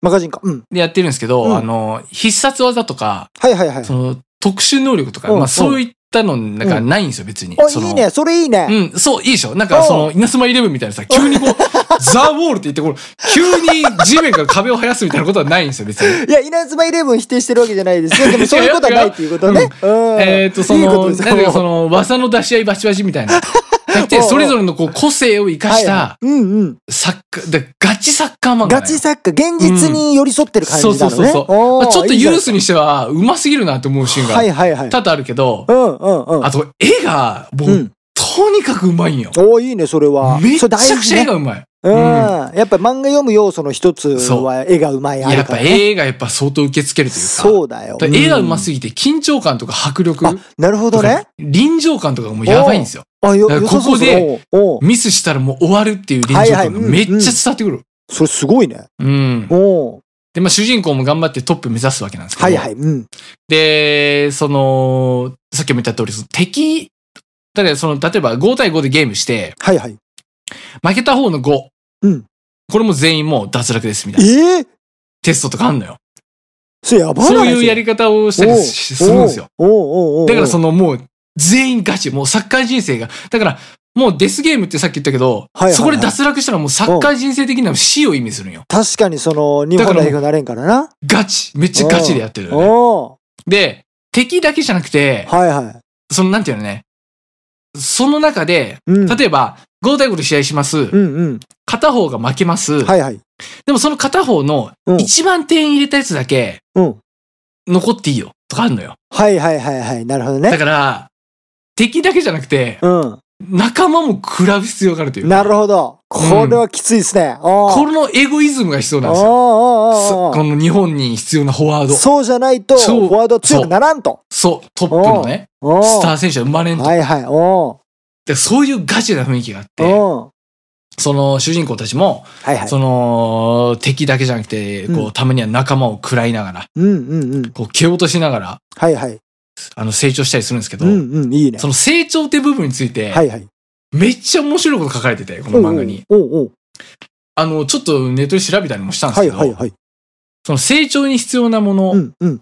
Speaker 2: マガジンか。うん。
Speaker 1: でやってるんですけど、
Speaker 2: うん
Speaker 1: あの、必殺技とか、
Speaker 2: はいはいはい。
Speaker 1: その、特殊能力とか、
Speaker 2: うん
Speaker 1: まあ、そういったの、なんかないんですよ、別に。
Speaker 2: お、
Speaker 1: その
Speaker 2: いいね。それいいね。
Speaker 1: うん、そう、いいでしょなんか、その、稲妻イレブンみたいなさ、急にこ う、ザ・ウォールって言って、こう、急に地面から壁を生やすみたいなことはないんですよ、 別に。
Speaker 2: いや、稲妻イレブン否定してるわけじゃないですよ。でもそういうことはないっていうことね。うん。
Speaker 1: えっと、そ
Speaker 2: いい
Speaker 1: の、
Speaker 2: こと
Speaker 1: なん
Speaker 2: です
Speaker 1: て
Speaker 2: よ
Speaker 1: いうか、その、技の出し合いバチバチみたい な。なくて、
Speaker 2: おうおう
Speaker 1: それぞれのこう、個性を生かし
Speaker 2: はいは
Speaker 1: た、
Speaker 2: いうんうん。
Speaker 1: サッカー、でガチサッカー漫画。
Speaker 2: ガチ作家、現実に寄り添ってる感じなのね。
Speaker 1: うんそうそうそう
Speaker 2: お
Speaker 1: まあちょっとユー
Speaker 2: ス
Speaker 1: スにしては、うますぎるなって思うシーン
Speaker 2: はい
Speaker 1: が
Speaker 2: はいはい。
Speaker 1: 多々あるけど、
Speaker 2: うんうんうん。
Speaker 1: あと、絵が、も
Speaker 2: う
Speaker 1: う、
Speaker 2: ん。
Speaker 1: とにかくうまいんよ。
Speaker 2: おーいいね、それは。
Speaker 1: めち
Speaker 2: そ
Speaker 1: ゃ
Speaker 2: れ
Speaker 1: く
Speaker 2: 大
Speaker 1: ち
Speaker 2: 事
Speaker 1: ゃ
Speaker 2: ね
Speaker 1: 絵がうまい。
Speaker 2: うん。
Speaker 1: う
Speaker 2: やっぱ漫画読む要素の一つは絵がうまいあ
Speaker 1: や
Speaker 2: る
Speaker 1: っ
Speaker 2: か
Speaker 1: ぱ
Speaker 2: ら、ね。
Speaker 1: 絵がやっぱ相当受け付けるというか。
Speaker 2: そうだよ。
Speaker 1: だから絵がうますすぎて緊張感とか迫力
Speaker 2: あなるほ
Speaker 1: と
Speaker 2: ど
Speaker 1: か
Speaker 2: ね。
Speaker 1: 臨場感とかがもうやばいんですよ。
Speaker 2: あ、よ、
Speaker 1: だから
Speaker 2: よさそう
Speaker 1: ここで
Speaker 2: おうおう
Speaker 1: ミスしたらもう終わるっていう臨場感がめっちゃ伝わってくる。
Speaker 2: それすごいね。
Speaker 1: うん。
Speaker 2: おう
Speaker 1: で、まあ主人公も頑張ってトップ目指すわけなんですけど。
Speaker 2: はいはい。うん。
Speaker 1: で、その、さっきも言った通り、その敵、だからその、例えば5対5でゲームして、
Speaker 2: はいはい。
Speaker 1: 負けた方の5。
Speaker 2: うん
Speaker 1: これも全員もう脱落ですみたいな。
Speaker 2: ええ
Speaker 1: テストとかあんのよ。
Speaker 2: それやばない
Speaker 1: そういうやり方をしたりしするんですよ。。
Speaker 2: おうおうおうおうおう
Speaker 1: だからそのもう全員ガチ、もうサッカー人生が。だからもうデスゲームってさっき言ったけど、
Speaker 2: はいはいはい
Speaker 1: そこで脱落したらもうサッカー人生的な死を意味するんよ。
Speaker 2: 確かにその、日本代表になれんからな。
Speaker 1: ガチ。めっちゃガチでやってるよね。
Speaker 2: おう
Speaker 1: で、敵だけじゃなくて、
Speaker 2: はいは
Speaker 1: そのなんていうのね、その中で、
Speaker 2: い。うん。
Speaker 1: 例えば5対5で試合します。
Speaker 2: うんうん。
Speaker 1: 片方が負けます、
Speaker 2: はいはい。
Speaker 1: でもその片方の
Speaker 2: うん
Speaker 1: 一番点入れたやつだけ
Speaker 2: うん。
Speaker 1: 残っていいよとかあるのよ。
Speaker 2: はいはいはいはい。なるほど
Speaker 1: だ
Speaker 2: ね。
Speaker 1: から、敵だけじゃなくて、
Speaker 2: うん。
Speaker 1: 仲間も食らう必要があるというか
Speaker 2: なるほど。これはきついですね。お
Speaker 1: こ
Speaker 2: れ
Speaker 1: のエゴイズムが必要なんですよ。そこ
Speaker 2: よ。
Speaker 1: の日本に必要なフォワード。
Speaker 2: そうじゃないと、
Speaker 1: そう
Speaker 2: フォワードは強くならんと。
Speaker 1: そう、トップのね、
Speaker 2: おう
Speaker 1: スター選手は生まれんと。
Speaker 2: はいはい。お
Speaker 1: でそういうガチな雰囲気があっ
Speaker 2: う
Speaker 1: て、
Speaker 2: おう
Speaker 1: その主人公たちも、
Speaker 2: はいはい。
Speaker 1: その敵だけじゃなくて、こ
Speaker 2: う
Speaker 1: う、たまには仲間を食らいながら、
Speaker 2: うんうんうん。
Speaker 1: こう、蹴落としながら、
Speaker 2: はいはい。
Speaker 1: あの、成長したりするんですけど
Speaker 2: う、んうん。いいね。
Speaker 1: その成長って部分について
Speaker 2: は、いはい。
Speaker 1: めっちゃ面白いこと書かれてて、この漫画に。
Speaker 2: おうおう。
Speaker 1: あの、ちょっとネットで調べたりもしたんです
Speaker 2: は
Speaker 1: け
Speaker 2: いはい
Speaker 1: ど、
Speaker 2: はい。
Speaker 1: その成長に必要なも
Speaker 2: う
Speaker 1: の、
Speaker 2: んうん。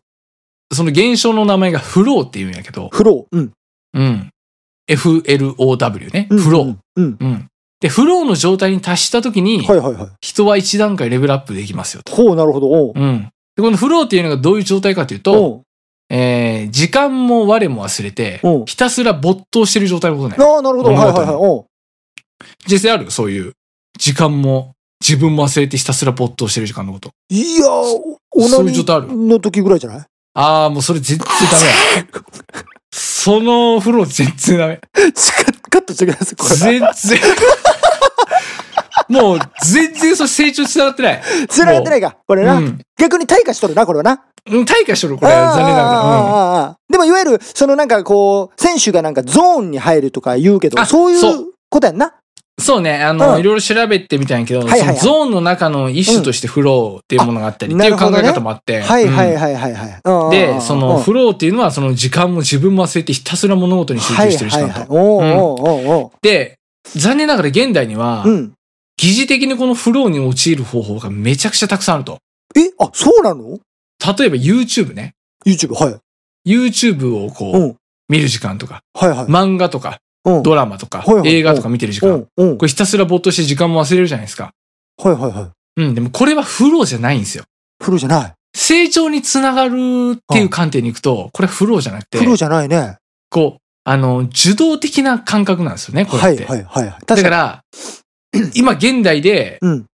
Speaker 1: その現象の名前がフローっていうんやけど、
Speaker 2: フロー。うん。
Speaker 1: うん。FLOW ね。
Speaker 2: うん
Speaker 1: フロー。。
Speaker 2: うん。
Speaker 1: うん。で、フローの状態に達したときに、
Speaker 2: はいはいはい。
Speaker 1: 人は一段階レベルアップできますよと。
Speaker 2: ほう、なるほど。おう。
Speaker 1: うん。で、このフローっていうのがどういう状態かというと、
Speaker 2: おう
Speaker 1: えー、時間も我も忘れて
Speaker 2: うん、
Speaker 1: ひたすら没頭してる状態のことね。
Speaker 2: ああ、なるほど。はいはいはい。おう。
Speaker 1: 実際あるそういう。時間も、自分も忘れてひたすら没頭してる時間のこと。
Speaker 2: いやー、お
Speaker 1: そ
Speaker 2: な
Speaker 1: ういう状態ある
Speaker 2: みの時ぐらいじゃない
Speaker 1: あー、もうそれ全然ダメや。 そのフロー全然ダメ。
Speaker 2: カットしてください、これ。
Speaker 1: 全然。もう、全然それ成長つながってない。
Speaker 2: つられてないか、これな。
Speaker 1: うん
Speaker 2: 逆に退化しとるな、これはな。
Speaker 1: うん、退化しとる、これ。残念ながら。
Speaker 2: あ
Speaker 1: うん
Speaker 2: あああああでも、いわゆる、そのなんかこう、選手がなんかゾーンに入るとか言うけど、
Speaker 1: あ
Speaker 2: そうい
Speaker 1: そう
Speaker 2: うことやんな。
Speaker 1: そうね、あ
Speaker 2: う
Speaker 1: の、
Speaker 2: ん
Speaker 1: いろいろ調べてみたんやけど、
Speaker 2: はいはいはい
Speaker 1: そのゾーンの中の一種としてフローっていうものがあったり、
Speaker 2: うん
Speaker 1: っていう
Speaker 2: なる
Speaker 1: 考
Speaker 2: ほど
Speaker 1: え
Speaker 2: ね
Speaker 1: 方もあって。
Speaker 2: はいはい
Speaker 1: うん
Speaker 2: はいはいはいうんうんうん。
Speaker 1: で、その
Speaker 2: うん
Speaker 1: フローっていうのは、その時間も自分も忘れてひたすら物事に集中してる時
Speaker 2: はい
Speaker 1: 間
Speaker 2: はいはい
Speaker 1: と。
Speaker 2: おーおーおーお
Speaker 1: で、残念ながら現代には
Speaker 2: ー、うん。
Speaker 1: 疑似的にこのフローに陥る方法がめちゃくちゃたくさんあると。
Speaker 2: え、あ、そうなの
Speaker 1: 例えば YouTube ね。
Speaker 2: ?YouTube、はい。
Speaker 1: YouTube を
Speaker 2: う
Speaker 1: こう、
Speaker 2: ん。
Speaker 1: 見る時間とか、
Speaker 2: はいはい。
Speaker 1: 漫画とか、
Speaker 2: うん。
Speaker 1: ドラマとか
Speaker 2: はいは、い
Speaker 1: 映画とか見てる時
Speaker 2: う
Speaker 1: 間。
Speaker 2: ん。うん。
Speaker 1: これひたすら没頭して時間も忘れるじゃないですか。
Speaker 2: はいはいはい。
Speaker 1: うん、でもこれはフローじゃないんですよ。
Speaker 2: フローじゃない。
Speaker 1: 成長につながるっていう観点に行くと、これはフローじゃなくて
Speaker 2: フ、ローじゃないね。
Speaker 1: こう、あの、受動的な感覚なんですよね、こ
Speaker 2: は
Speaker 1: れっ
Speaker 2: い
Speaker 1: て。
Speaker 2: はいはいはい。
Speaker 1: だ
Speaker 2: 確
Speaker 1: か
Speaker 2: かに。
Speaker 1: ら、今現代で、
Speaker 2: うん。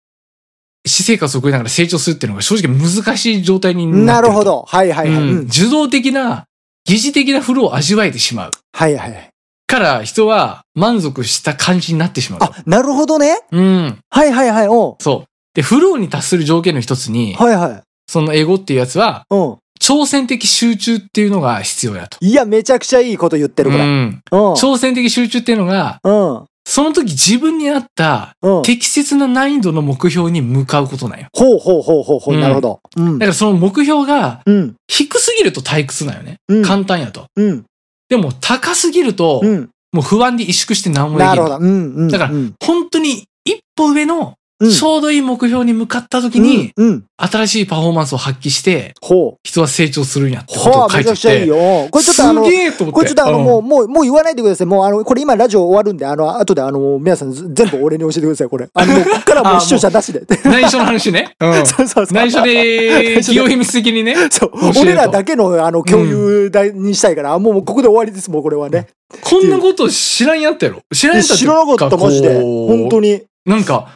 Speaker 1: 私生活を送りながら成長するっていうのが正直難しい状態になってると
Speaker 2: なるほ。ど。はいはいはい。う
Speaker 1: うん
Speaker 2: ん
Speaker 1: 受動的な、疑似的なフローを味わえてしまう。
Speaker 2: はいはいはい。
Speaker 1: から、人は満足した感じになってしまうと。
Speaker 2: あ、なるほどね。
Speaker 1: うん。
Speaker 2: はいはいはい。おう
Speaker 1: そう。で、フローに達する条件の一つに、
Speaker 2: はいはい。
Speaker 1: その英語っていうやつは、
Speaker 2: うん。
Speaker 1: 挑戦的集中っていうのが必要やと。
Speaker 2: いや、めちゃくちゃいいこと言ってる、こ
Speaker 1: う
Speaker 2: れ。
Speaker 1: ん
Speaker 2: うん。
Speaker 1: 挑戦的集中っていうのが、
Speaker 2: うん。
Speaker 1: その時自分に合った
Speaker 2: うん。
Speaker 1: 適切な難易度の目標に向かうことなんよ。
Speaker 2: ほうほうほうほうほう。
Speaker 1: うん
Speaker 2: なるほど。うん
Speaker 1: だか。らその目標が
Speaker 2: うん。
Speaker 1: 低すぎると退屈なんよね。
Speaker 2: うん。
Speaker 1: 簡単やと。
Speaker 2: うん。
Speaker 1: でも高すぎると
Speaker 2: う、ん。
Speaker 1: もう不安で萎縮して何もできな
Speaker 2: な
Speaker 1: い。
Speaker 2: るほど。うん。うん。
Speaker 1: だから
Speaker 2: うん。
Speaker 1: 本当に一歩上の
Speaker 2: うん
Speaker 1: ちょうどいい目標に向かった時に、
Speaker 2: うんうん。
Speaker 1: 新しいパフォーマンスを発揮して、
Speaker 2: ほう。
Speaker 1: 人は成長するんやってこと
Speaker 2: ほ
Speaker 1: を
Speaker 2: う。
Speaker 1: 書
Speaker 2: め
Speaker 1: い
Speaker 2: ちゃ
Speaker 1: て
Speaker 2: くちゃいい
Speaker 1: て。
Speaker 2: よ。うんこれちょっとあの
Speaker 1: す、げえと思って。
Speaker 2: これちょっとあの、
Speaker 1: うん
Speaker 2: もう、もう、もう言わないでください。もう、あの、これ今ラジオ終わるんで、あの、後であの、皆さんず全部俺に教えてください、これ。あの、もうこっから も
Speaker 1: あ
Speaker 2: う
Speaker 1: ー
Speaker 2: 視聴者 なしで。
Speaker 1: 内緒の話ね。うん
Speaker 2: そうそうそう。
Speaker 1: 内緒で、
Speaker 2: 内緒で
Speaker 1: 企業秘密的にね。
Speaker 2: そう
Speaker 1: 教える。と
Speaker 2: 俺らだけの、あの、共有だにしたいから、もうここで終わりです、もうこれはね。
Speaker 1: こんなこと知らんやったやろ。知らんやったって
Speaker 2: 知
Speaker 1: いう
Speaker 2: らなかった、マジで。
Speaker 1: こう
Speaker 2: 本当に。
Speaker 1: なんか、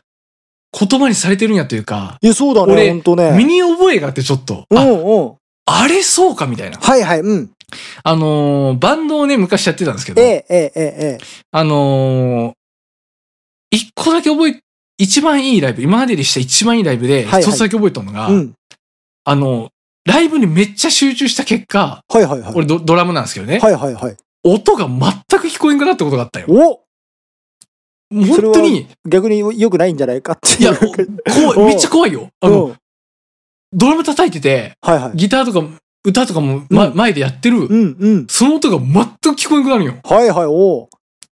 Speaker 1: 言葉にされてるんやというか、
Speaker 2: いや、そうだね、
Speaker 1: 俺
Speaker 2: 本当
Speaker 1: 身
Speaker 2: ね。
Speaker 1: に覚えがあってちょっと、
Speaker 2: うん
Speaker 1: あ、
Speaker 2: うん。
Speaker 1: あれそうかみたいな。
Speaker 2: はいはい、うん。
Speaker 1: あのーバンドをね、昔やってたんですけ
Speaker 2: え
Speaker 1: ど、
Speaker 2: え、ええ、ええ。
Speaker 1: あのー一個だけ覚え、一番いいライブ、今までにした一番いいライブで、
Speaker 2: はいはい
Speaker 1: 一つだけ覚えたのが、
Speaker 2: うん。
Speaker 1: あの、ライブにめっちゃ集中した結果、
Speaker 2: はいはいはい。
Speaker 1: 俺ドドラムなんですけどね、
Speaker 2: はいはいはい。
Speaker 1: 音が全く聞こえんくなったことがあったよ。
Speaker 2: お
Speaker 1: もう本当に、
Speaker 2: 逆に良くないんじゃないかって
Speaker 1: い
Speaker 2: い
Speaker 1: や、
Speaker 2: う。
Speaker 1: 怖い、めっちゃ怖いよ。あ
Speaker 2: う
Speaker 1: の、
Speaker 2: ん。
Speaker 1: ドラム叩いてて、
Speaker 2: はいはい。
Speaker 1: ギターとか歌とかも、ま
Speaker 2: うん
Speaker 1: 前でやってる、
Speaker 2: うんうん。
Speaker 1: その音が全く聞こえなくなるよ。
Speaker 2: はいはい、お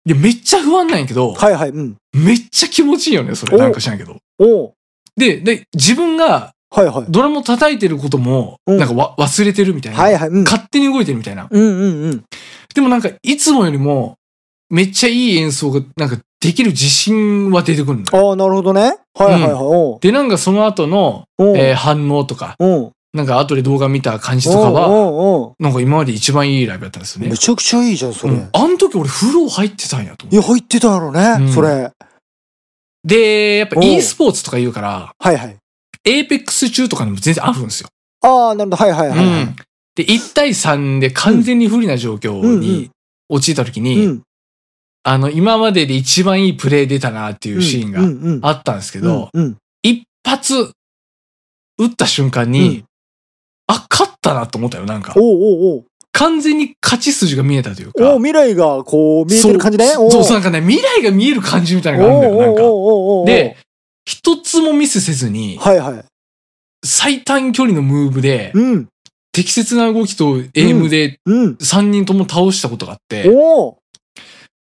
Speaker 1: で、めっちゃ不安なんやけど、
Speaker 2: はいはい、うん。
Speaker 1: めっちゃ気持ちいいよね、そ
Speaker 2: お
Speaker 1: れ。なんか知らんけど。
Speaker 2: お
Speaker 1: で、で、自分が
Speaker 2: はいはい。
Speaker 1: ドラムを叩いてることも、
Speaker 2: うん
Speaker 1: なんかわ忘れてるみたいな、
Speaker 2: はいはい。うん。
Speaker 1: 勝手に動いてるみたいな。
Speaker 2: うんうんうん。
Speaker 1: でもなんか、いつもよりも、めっちゃいい演奏が、なんか、できる自信は出てくるんだよ。
Speaker 2: ああ、なるほどね。はいはいはい。
Speaker 1: うん
Speaker 2: おう
Speaker 1: で、なんかその後の、
Speaker 2: おう
Speaker 1: えー反応とか、
Speaker 2: おう
Speaker 1: なんか後で動画見た感じとかは、
Speaker 2: おうお
Speaker 1: なんか今まで一番いいライブだったんです
Speaker 2: う
Speaker 1: よね
Speaker 2: め。ちゃくちゃいいじゃん、そうれ。
Speaker 1: ん、あの時俺、フロー入ってたんやと思
Speaker 2: いや、入ってたやろ
Speaker 1: う
Speaker 2: ね、
Speaker 1: ん
Speaker 2: それ。
Speaker 1: う。で、やっぱ
Speaker 2: おう
Speaker 1: e スポーツとか言うから、
Speaker 2: はいはい。
Speaker 1: エーペックス中とかでも全然あるんですよ。
Speaker 2: ああ、なるほど。はいはいはいは
Speaker 1: うんで、1対3で完全に不利な状況
Speaker 2: うんうんうん
Speaker 1: に陥った時
Speaker 2: い。
Speaker 1: に、
Speaker 2: うん。
Speaker 1: あの、今までで一番いいプレー出たなっていうシーン
Speaker 2: うん
Speaker 1: が
Speaker 2: うん。
Speaker 1: あったんですけ
Speaker 2: うん
Speaker 1: ど、
Speaker 2: うん。
Speaker 1: 一発打った瞬間
Speaker 2: う
Speaker 1: に、あ、勝ったなと思ったよ、なんか
Speaker 2: お。うおうおう
Speaker 1: 完全に勝ち筋が見えたという
Speaker 2: おう
Speaker 1: か。
Speaker 2: 未来がこう見えてる感じね。
Speaker 1: そう
Speaker 2: お
Speaker 1: そう、そうなんかね、未来が見える感じみたいなのがあるんだよ、なんか。
Speaker 2: おうおうおうおうおう
Speaker 1: で、一つもミスせずに、
Speaker 2: はいはい。
Speaker 1: 最短距離のムーブで、
Speaker 2: うん。
Speaker 1: 適切な動きとエイムで
Speaker 2: うん。
Speaker 1: 3人とも倒したことがあって、
Speaker 2: おう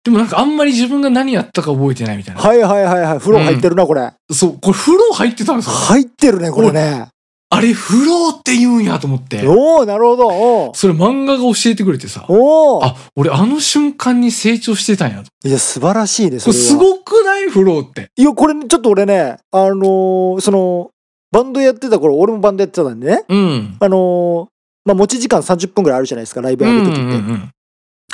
Speaker 1: でもなんかあんまり自分が何やったか覚えてないみたいな。
Speaker 2: はいはいはいはい。風呂入ってるな、これ。
Speaker 1: そう、これ風呂入ってたんですよ。
Speaker 2: 入ってるね、これね。
Speaker 1: あれ風呂って言うんやと思って。
Speaker 2: おおなるほど。おう
Speaker 1: それ漫画が教えてくれてさ。
Speaker 2: おお
Speaker 1: あ、俺あの瞬間に成長してたんやと。
Speaker 2: いや、素晴らしいね、
Speaker 1: こ
Speaker 2: そ
Speaker 1: れ
Speaker 2: れは。
Speaker 1: すごくないフローって。
Speaker 2: いや、これね、ちょっと俺ね、あのーその、バンドやってた頃、俺もバンドやってたんでね、
Speaker 1: うん。
Speaker 2: あのーまあ、持ち時間30分ぐらいあるじゃないですか、ライブ
Speaker 1: う
Speaker 2: や
Speaker 1: んう
Speaker 2: ると
Speaker 1: ん
Speaker 2: きって、
Speaker 1: うん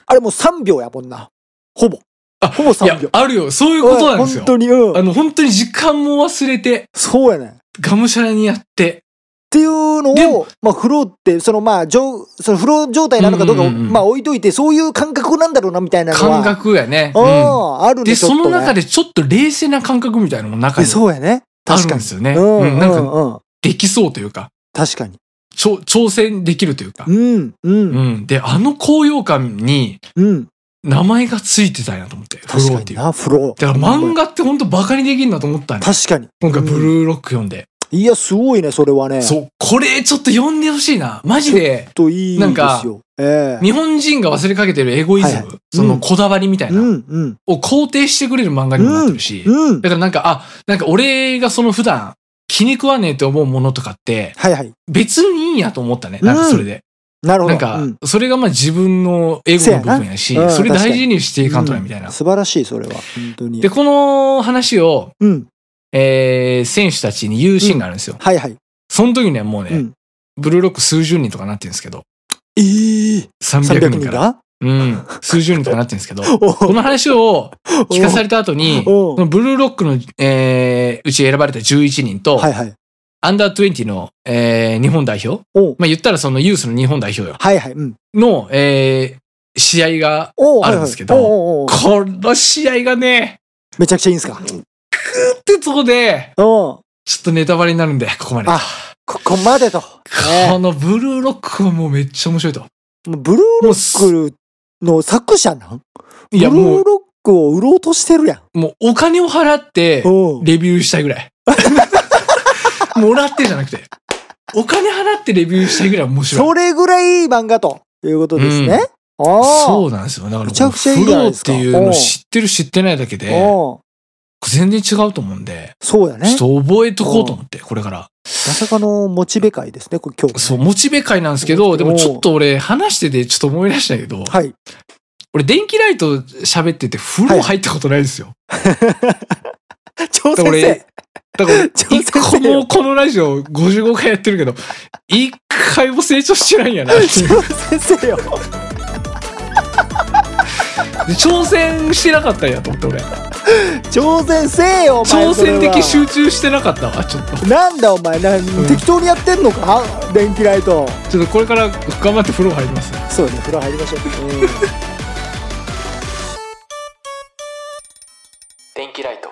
Speaker 2: あれもう3秒やもんな。ほぼ。
Speaker 1: あ
Speaker 2: ほぼ
Speaker 1: いや
Speaker 2: 3秒。、
Speaker 1: あるよ。そういうことなんです
Speaker 2: う
Speaker 1: よ
Speaker 2: 本。当に、う
Speaker 1: あ
Speaker 2: ん。
Speaker 1: の、本当に時間も忘れて、
Speaker 2: そうやね。っ
Speaker 1: がむしゃらにやって。
Speaker 2: ていうの
Speaker 1: でも
Speaker 2: を、まあ、フローって、その、まあ、上そのフロー状態なのかどうかを、
Speaker 1: うんうんうん
Speaker 2: まあ、置いといて、そういう感覚なんだろうな、みたいなのは。
Speaker 1: 感。覚やね。うん
Speaker 2: うん、あるね、
Speaker 1: で、
Speaker 2: ちょっ
Speaker 1: そ
Speaker 2: とね
Speaker 1: の中でちょっと冷静な感覚みたいなのも中
Speaker 2: え
Speaker 1: に
Speaker 2: そうやね。
Speaker 1: ある
Speaker 2: 確
Speaker 1: ん
Speaker 2: か
Speaker 1: で
Speaker 2: に。
Speaker 1: すよね。
Speaker 2: う、
Speaker 1: うんん。
Speaker 2: う
Speaker 1: なん
Speaker 2: ん、
Speaker 1: か、
Speaker 2: うん。
Speaker 1: できそうというか、
Speaker 2: 確かに。
Speaker 1: ちょ挑戦できるというか。
Speaker 2: うん、うん、
Speaker 1: うん。で、あの高揚感に
Speaker 2: うん。
Speaker 1: 名前がついてたんやと思って。フ
Speaker 2: 確
Speaker 1: ロー
Speaker 2: か
Speaker 1: って
Speaker 2: に
Speaker 1: いう。
Speaker 2: な、フロー。
Speaker 1: だから漫画ってほんとバカにできんなと思ったんや。
Speaker 2: 確かに。
Speaker 1: 今回ブルーロック読んで。
Speaker 2: いや、すごいね、それはね。
Speaker 1: そう、これちょっと読んでほしいな。マジで
Speaker 2: ちょっ、といい
Speaker 1: なん
Speaker 2: で
Speaker 1: か
Speaker 2: すよ。ええ
Speaker 1: 日本人が忘れかけてるエゴイズム、
Speaker 2: はいはい
Speaker 1: そのこだわりみたいな、
Speaker 2: うん、うん、
Speaker 1: を肯定してくれる漫画にもなってるし、
Speaker 2: うん。
Speaker 1: だからなんか、あ、なんか俺がその普段気に食わねえと思うものとかって、
Speaker 2: はいはい。
Speaker 1: 別にいいんやと思ったね。なんかそれで。
Speaker 2: なるほど。
Speaker 1: なんか
Speaker 2: うん、
Speaker 1: それがまあ自分のエゴの部分やし、
Speaker 2: せやなうん
Speaker 1: それ大事にしていかんとなみたいな。
Speaker 2: 素晴らしい、それは。本当に
Speaker 1: で、。この話を、
Speaker 2: うん。
Speaker 1: えー、選手たちに言うシーンがあるんですよ。
Speaker 2: はいはい。
Speaker 1: その時にはもうね、
Speaker 2: うん
Speaker 1: ブルーロック数十人とかなってるんですけど、
Speaker 2: えー、
Speaker 1: 300
Speaker 2: 300
Speaker 1: 人
Speaker 2: 人
Speaker 1: から。
Speaker 2: が
Speaker 1: うん、数十人とかなってるんですけど、
Speaker 2: お
Speaker 1: この話を聞かされた後に、
Speaker 2: お
Speaker 1: そのブルーロックの、えー、うち選ばれた11人と、
Speaker 2: はいはい。
Speaker 1: アンダー20の、えー、日本代表、
Speaker 2: お
Speaker 1: まあ、言ったらそのユースの日本代表よ、
Speaker 2: はいはい。うん。
Speaker 1: の、えー、試合が、
Speaker 2: お
Speaker 1: あるんですけど
Speaker 2: はいはいおうおうおう
Speaker 1: この試合がね、
Speaker 2: めちゃくちゃいいんすか。
Speaker 1: ってそこで、
Speaker 2: おう
Speaker 1: ちょっとネタバレになるんで、ここまで。
Speaker 2: あ、ここまでと。
Speaker 1: このブルーロックはもうめっちゃ面白いと。
Speaker 2: もうブルー
Speaker 1: もう
Speaker 2: ロ
Speaker 1: す、
Speaker 2: ックの作者なん
Speaker 1: いや
Speaker 2: ブル
Speaker 1: も
Speaker 2: ーロックを売ろうとしてるやん。
Speaker 1: う、もうお金を払って、
Speaker 2: おう
Speaker 1: レビューしたいぐら い。もらってじゃなくて。お金払ってレビューしたいぐらい面白い。
Speaker 2: それぐらいいい漫画ということですね。ああ。
Speaker 1: そうなんですよ。だから
Speaker 2: めちゃ
Speaker 1: この
Speaker 2: くちゃい
Speaker 1: フ
Speaker 2: いじゃな
Speaker 1: ロ
Speaker 2: い
Speaker 1: ー
Speaker 2: で
Speaker 1: っ
Speaker 2: すか
Speaker 1: ていうのを知ってる知ってないだけで、
Speaker 2: おう
Speaker 1: 全然違うと思うんで、
Speaker 2: そうやね。
Speaker 1: ちょっと覚えとこうと思って、これから。
Speaker 2: まさかのモチベ会ですね、これ今日。
Speaker 1: そう、モチベ会なんですけど、でもちょっと俺話しててちょっと思い出したけど、
Speaker 2: はい。
Speaker 1: 俺電気ライト喋ってて風呂入ったことないんですよ。
Speaker 2: 張
Speaker 1: だ
Speaker 2: 先
Speaker 1: から俺
Speaker 2: 生。
Speaker 1: だから
Speaker 2: ちょ
Speaker 1: 一個もこのラジオ55回やってるけど、一回も成長してないんや な。
Speaker 2: 張先生よ。
Speaker 1: で挑戦してなかったんやと思って俺
Speaker 2: 挑戦せえよ、お前。
Speaker 1: 挑戦的
Speaker 2: そ
Speaker 1: 集
Speaker 2: れ
Speaker 1: 中してなかったわちょっと
Speaker 2: はなんだお前、なん
Speaker 1: ん
Speaker 2: 適当にやってんのか電気ライト。
Speaker 1: ちょっとこれから頑張って風呂入ります
Speaker 2: そうね、風呂入りま しょう。うん
Speaker 1: 電気ライト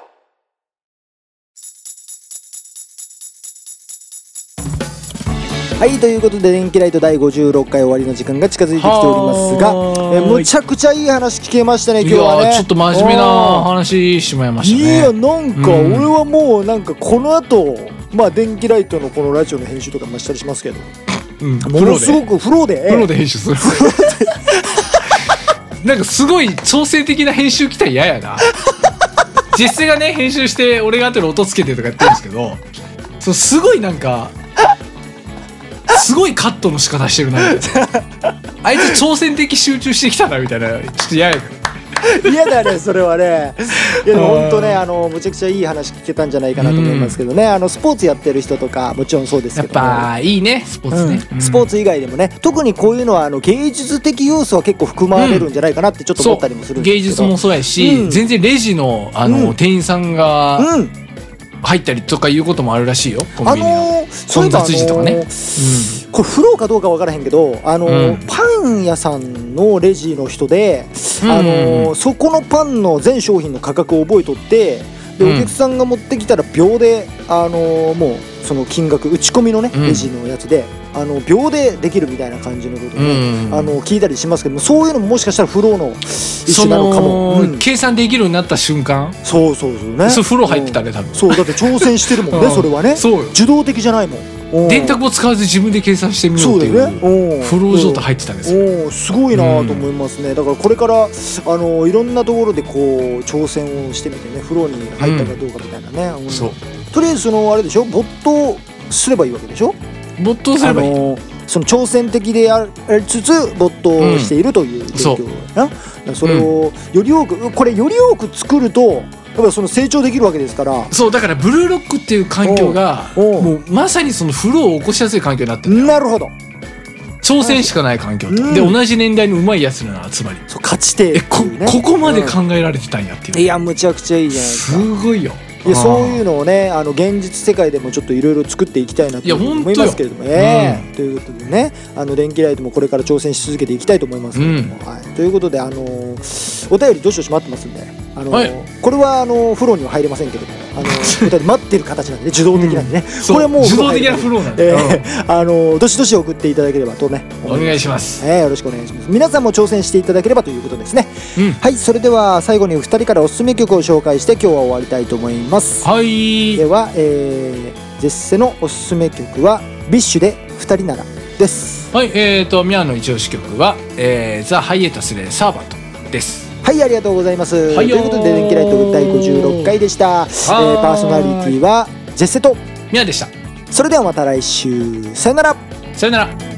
Speaker 2: はい、ということで、電気ライト第56回終わりの時間が近づいてきておりますが、
Speaker 1: はーい
Speaker 2: えむちゃくちゃいい話聞けましたね、
Speaker 1: い
Speaker 2: 今日
Speaker 1: や
Speaker 2: はね。
Speaker 1: ーちょっと真面目な話しまいました
Speaker 2: い
Speaker 1: ね
Speaker 2: やなん
Speaker 1: う
Speaker 2: か
Speaker 1: ん
Speaker 2: 俺はもうなんかこの後、まあ電気ライトのこのラジオの編集とかもしたりしますけど
Speaker 1: うん
Speaker 2: も
Speaker 1: 風
Speaker 2: の
Speaker 1: 呂
Speaker 2: すご
Speaker 1: で
Speaker 2: くフローで
Speaker 1: 風呂で編集するなんかすごい調整的な編集来たら嫌やな実際がね編集して俺が後で音つけてとかやってるんですけどそうすごいなんかすごいカットの仕方してるなみたいなあいつ挑戦的集中してきたなみたいなちょっと嫌やけど
Speaker 2: 嫌だねそれ はねいやでも
Speaker 1: うん
Speaker 2: 本当ねあのむちゃくちゃいい話聞けたんじゃないかなと思いますけどね、あのスポーツやってる人とかもちろんそうです
Speaker 1: やっ
Speaker 2: けども
Speaker 1: ぱいいねスポーツね、
Speaker 2: うんスポー
Speaker 1: ツ
Speaker 2: ツ以外でもね特にこういうのはあの芸術的要素は結構含まれるんじゃないかなってちょっと
Speaker 1: そ
Speaker 2: 思
Speaker 1: う
Speaker 2: ったりもするんですけど
Speaker 1: 芸術もそうやし、
Speaker 2: うん
Speaker 1: 全然レジのあの、
Speaker 2: うん
Speaker 1: 店員さんが
Speaker 2: うん
Speaker 1: 入ったりとかいうこともあるらしいよコン
Speaker 2: あ
Speaker 1: ビニの、
Speaker 2: のー、そういえば、あの
Speaker 1: 混雑時とかね
Speaker 2: ーこれフローかどうかわからへんけど、あのー
Speaker 1: うん
Speaker 2: パン屋さんのレジの人で、
Speaker 1: うん
Speaker 2: あのーそこのパンの全商品の価格を覚えとってで
Speaker 1: うん
Speaker 2: お客さんが持ってきたら秒で、あのーもうその金額打ち込みのね、
Speaker 1: うん
Speaker 2: レジのやつであの秒でできるみたいな感じのことをね、
Speaker 1: うん
Speaker 2: あの聞いたりしますけどもそういうのももしかしたらフローの一
Speaker 1: そ
Speaker 2: 種なの
Speaker 1: の
Speaker 2: かも、うん
Speaker 1: 計算できるようになった瞬間
Speaker 2: そうそうそうね
Speaker 1: そう風呂入ってた
Speaker 2: うん
Speaker 1: ね多分
Speaker 2: そうだって挑戦してるもんね
Speaker 1: うん
Speaker 2: それはね
Speaker 1: そうよ
Speaker 2: 自動的じゃないもんうん
Speaker 1: 電卓を使わず自分で計算してみようってい
Speaker 2: そうだよねう
Speaker 1: うんフロー状態入ってたんですよ
Speaker 2: おーすごいなと思いますね、だからこれからあのいろんなところでこう挑戦をしてみてねフローに入ったかどうかみたいなね、うん
Speaker 1: そう
Speaker 2: とりあえずそのあれでしょ没頭すればいいわけでしょ
Speaker 1: 没頭すればいい
Speaker 2: あのその挑戦的でありつつ没頭しているという状況やな、だからそれをより多くこれより多く作るとやっぱその成長できるわけですから
Speaker 1: そうだからブルーロックっていう環境が
Speaker 2: おうおう
Speaker 1: もうまさにそのフローを起こしやすい環境になってる
Speaker 2: なるほど
Speaker 1: 挑戦しかない環境と
Speaker 2: うん
Speaker 1: で同じ年代の上手いやつらの集まり
Speaker 2: そう勝ち手
Speaker 1: え
Speaker 2: って
Speaker 1: こ
Speaker 2: いうね
Speaker 1: ここまで考えられてたんやって
Speaker 2: うんい
Speaker 1: いう
Speaker 2: やむちゃくちゃいいじゃないで
Speaker 1: す
Speaker 2: すか
Speaker 1: ごいよ
Speaker 2: いやそういううのをねあの現実世界でもちょっといろいろ作っていきたいなと
Speaker 1: いや
Speaker 2: 思いますけれどもね、ということでねあの電気ライトもこれから挑戦し続けていきたいと思いますけれども、はい、ということであのーお便りどしどし待ってますんであのー、
Speaker 1: はい
Speaker 2: これはあのーフローには入れませんけれどもあの ーお便り待ってる形なんでね受動的なんでね、
Speaker 1: んそう
Speaker 2: これはもう
Speaker 1: 受動的なフローなんで
Speaker 2: えーあのーどしどし送っていただければとね
Speaker 1: お願いします
Speaker 2: えーよろしくお願いします皆さんも挑戦していただければということですね
Speaker 1: うん
Speaker 2: はいそれでは最後にお二人からおすすめ曲を紹介して今日は終わりたいと思います
Speaker 1: はい
Speaker 2: では、えー、ゼッセのおすすめ曲はビッシュで二人ならです
Speaker 1: はいえーとミャーの一押し曲はえーザ・ハイエタスでサーバントです
Speaker 2: はいありがとうございます、
Speaker 1: はいよ
Speaker 2: とい
Speaker 1: ー
Speaker 2: うことで電気ライト第56回でした、えーパーソナリティはゼッセと
Speaker 1: ミヤでした
Speaker 2: それではまた来週さよなら
Speaker 1: さよなら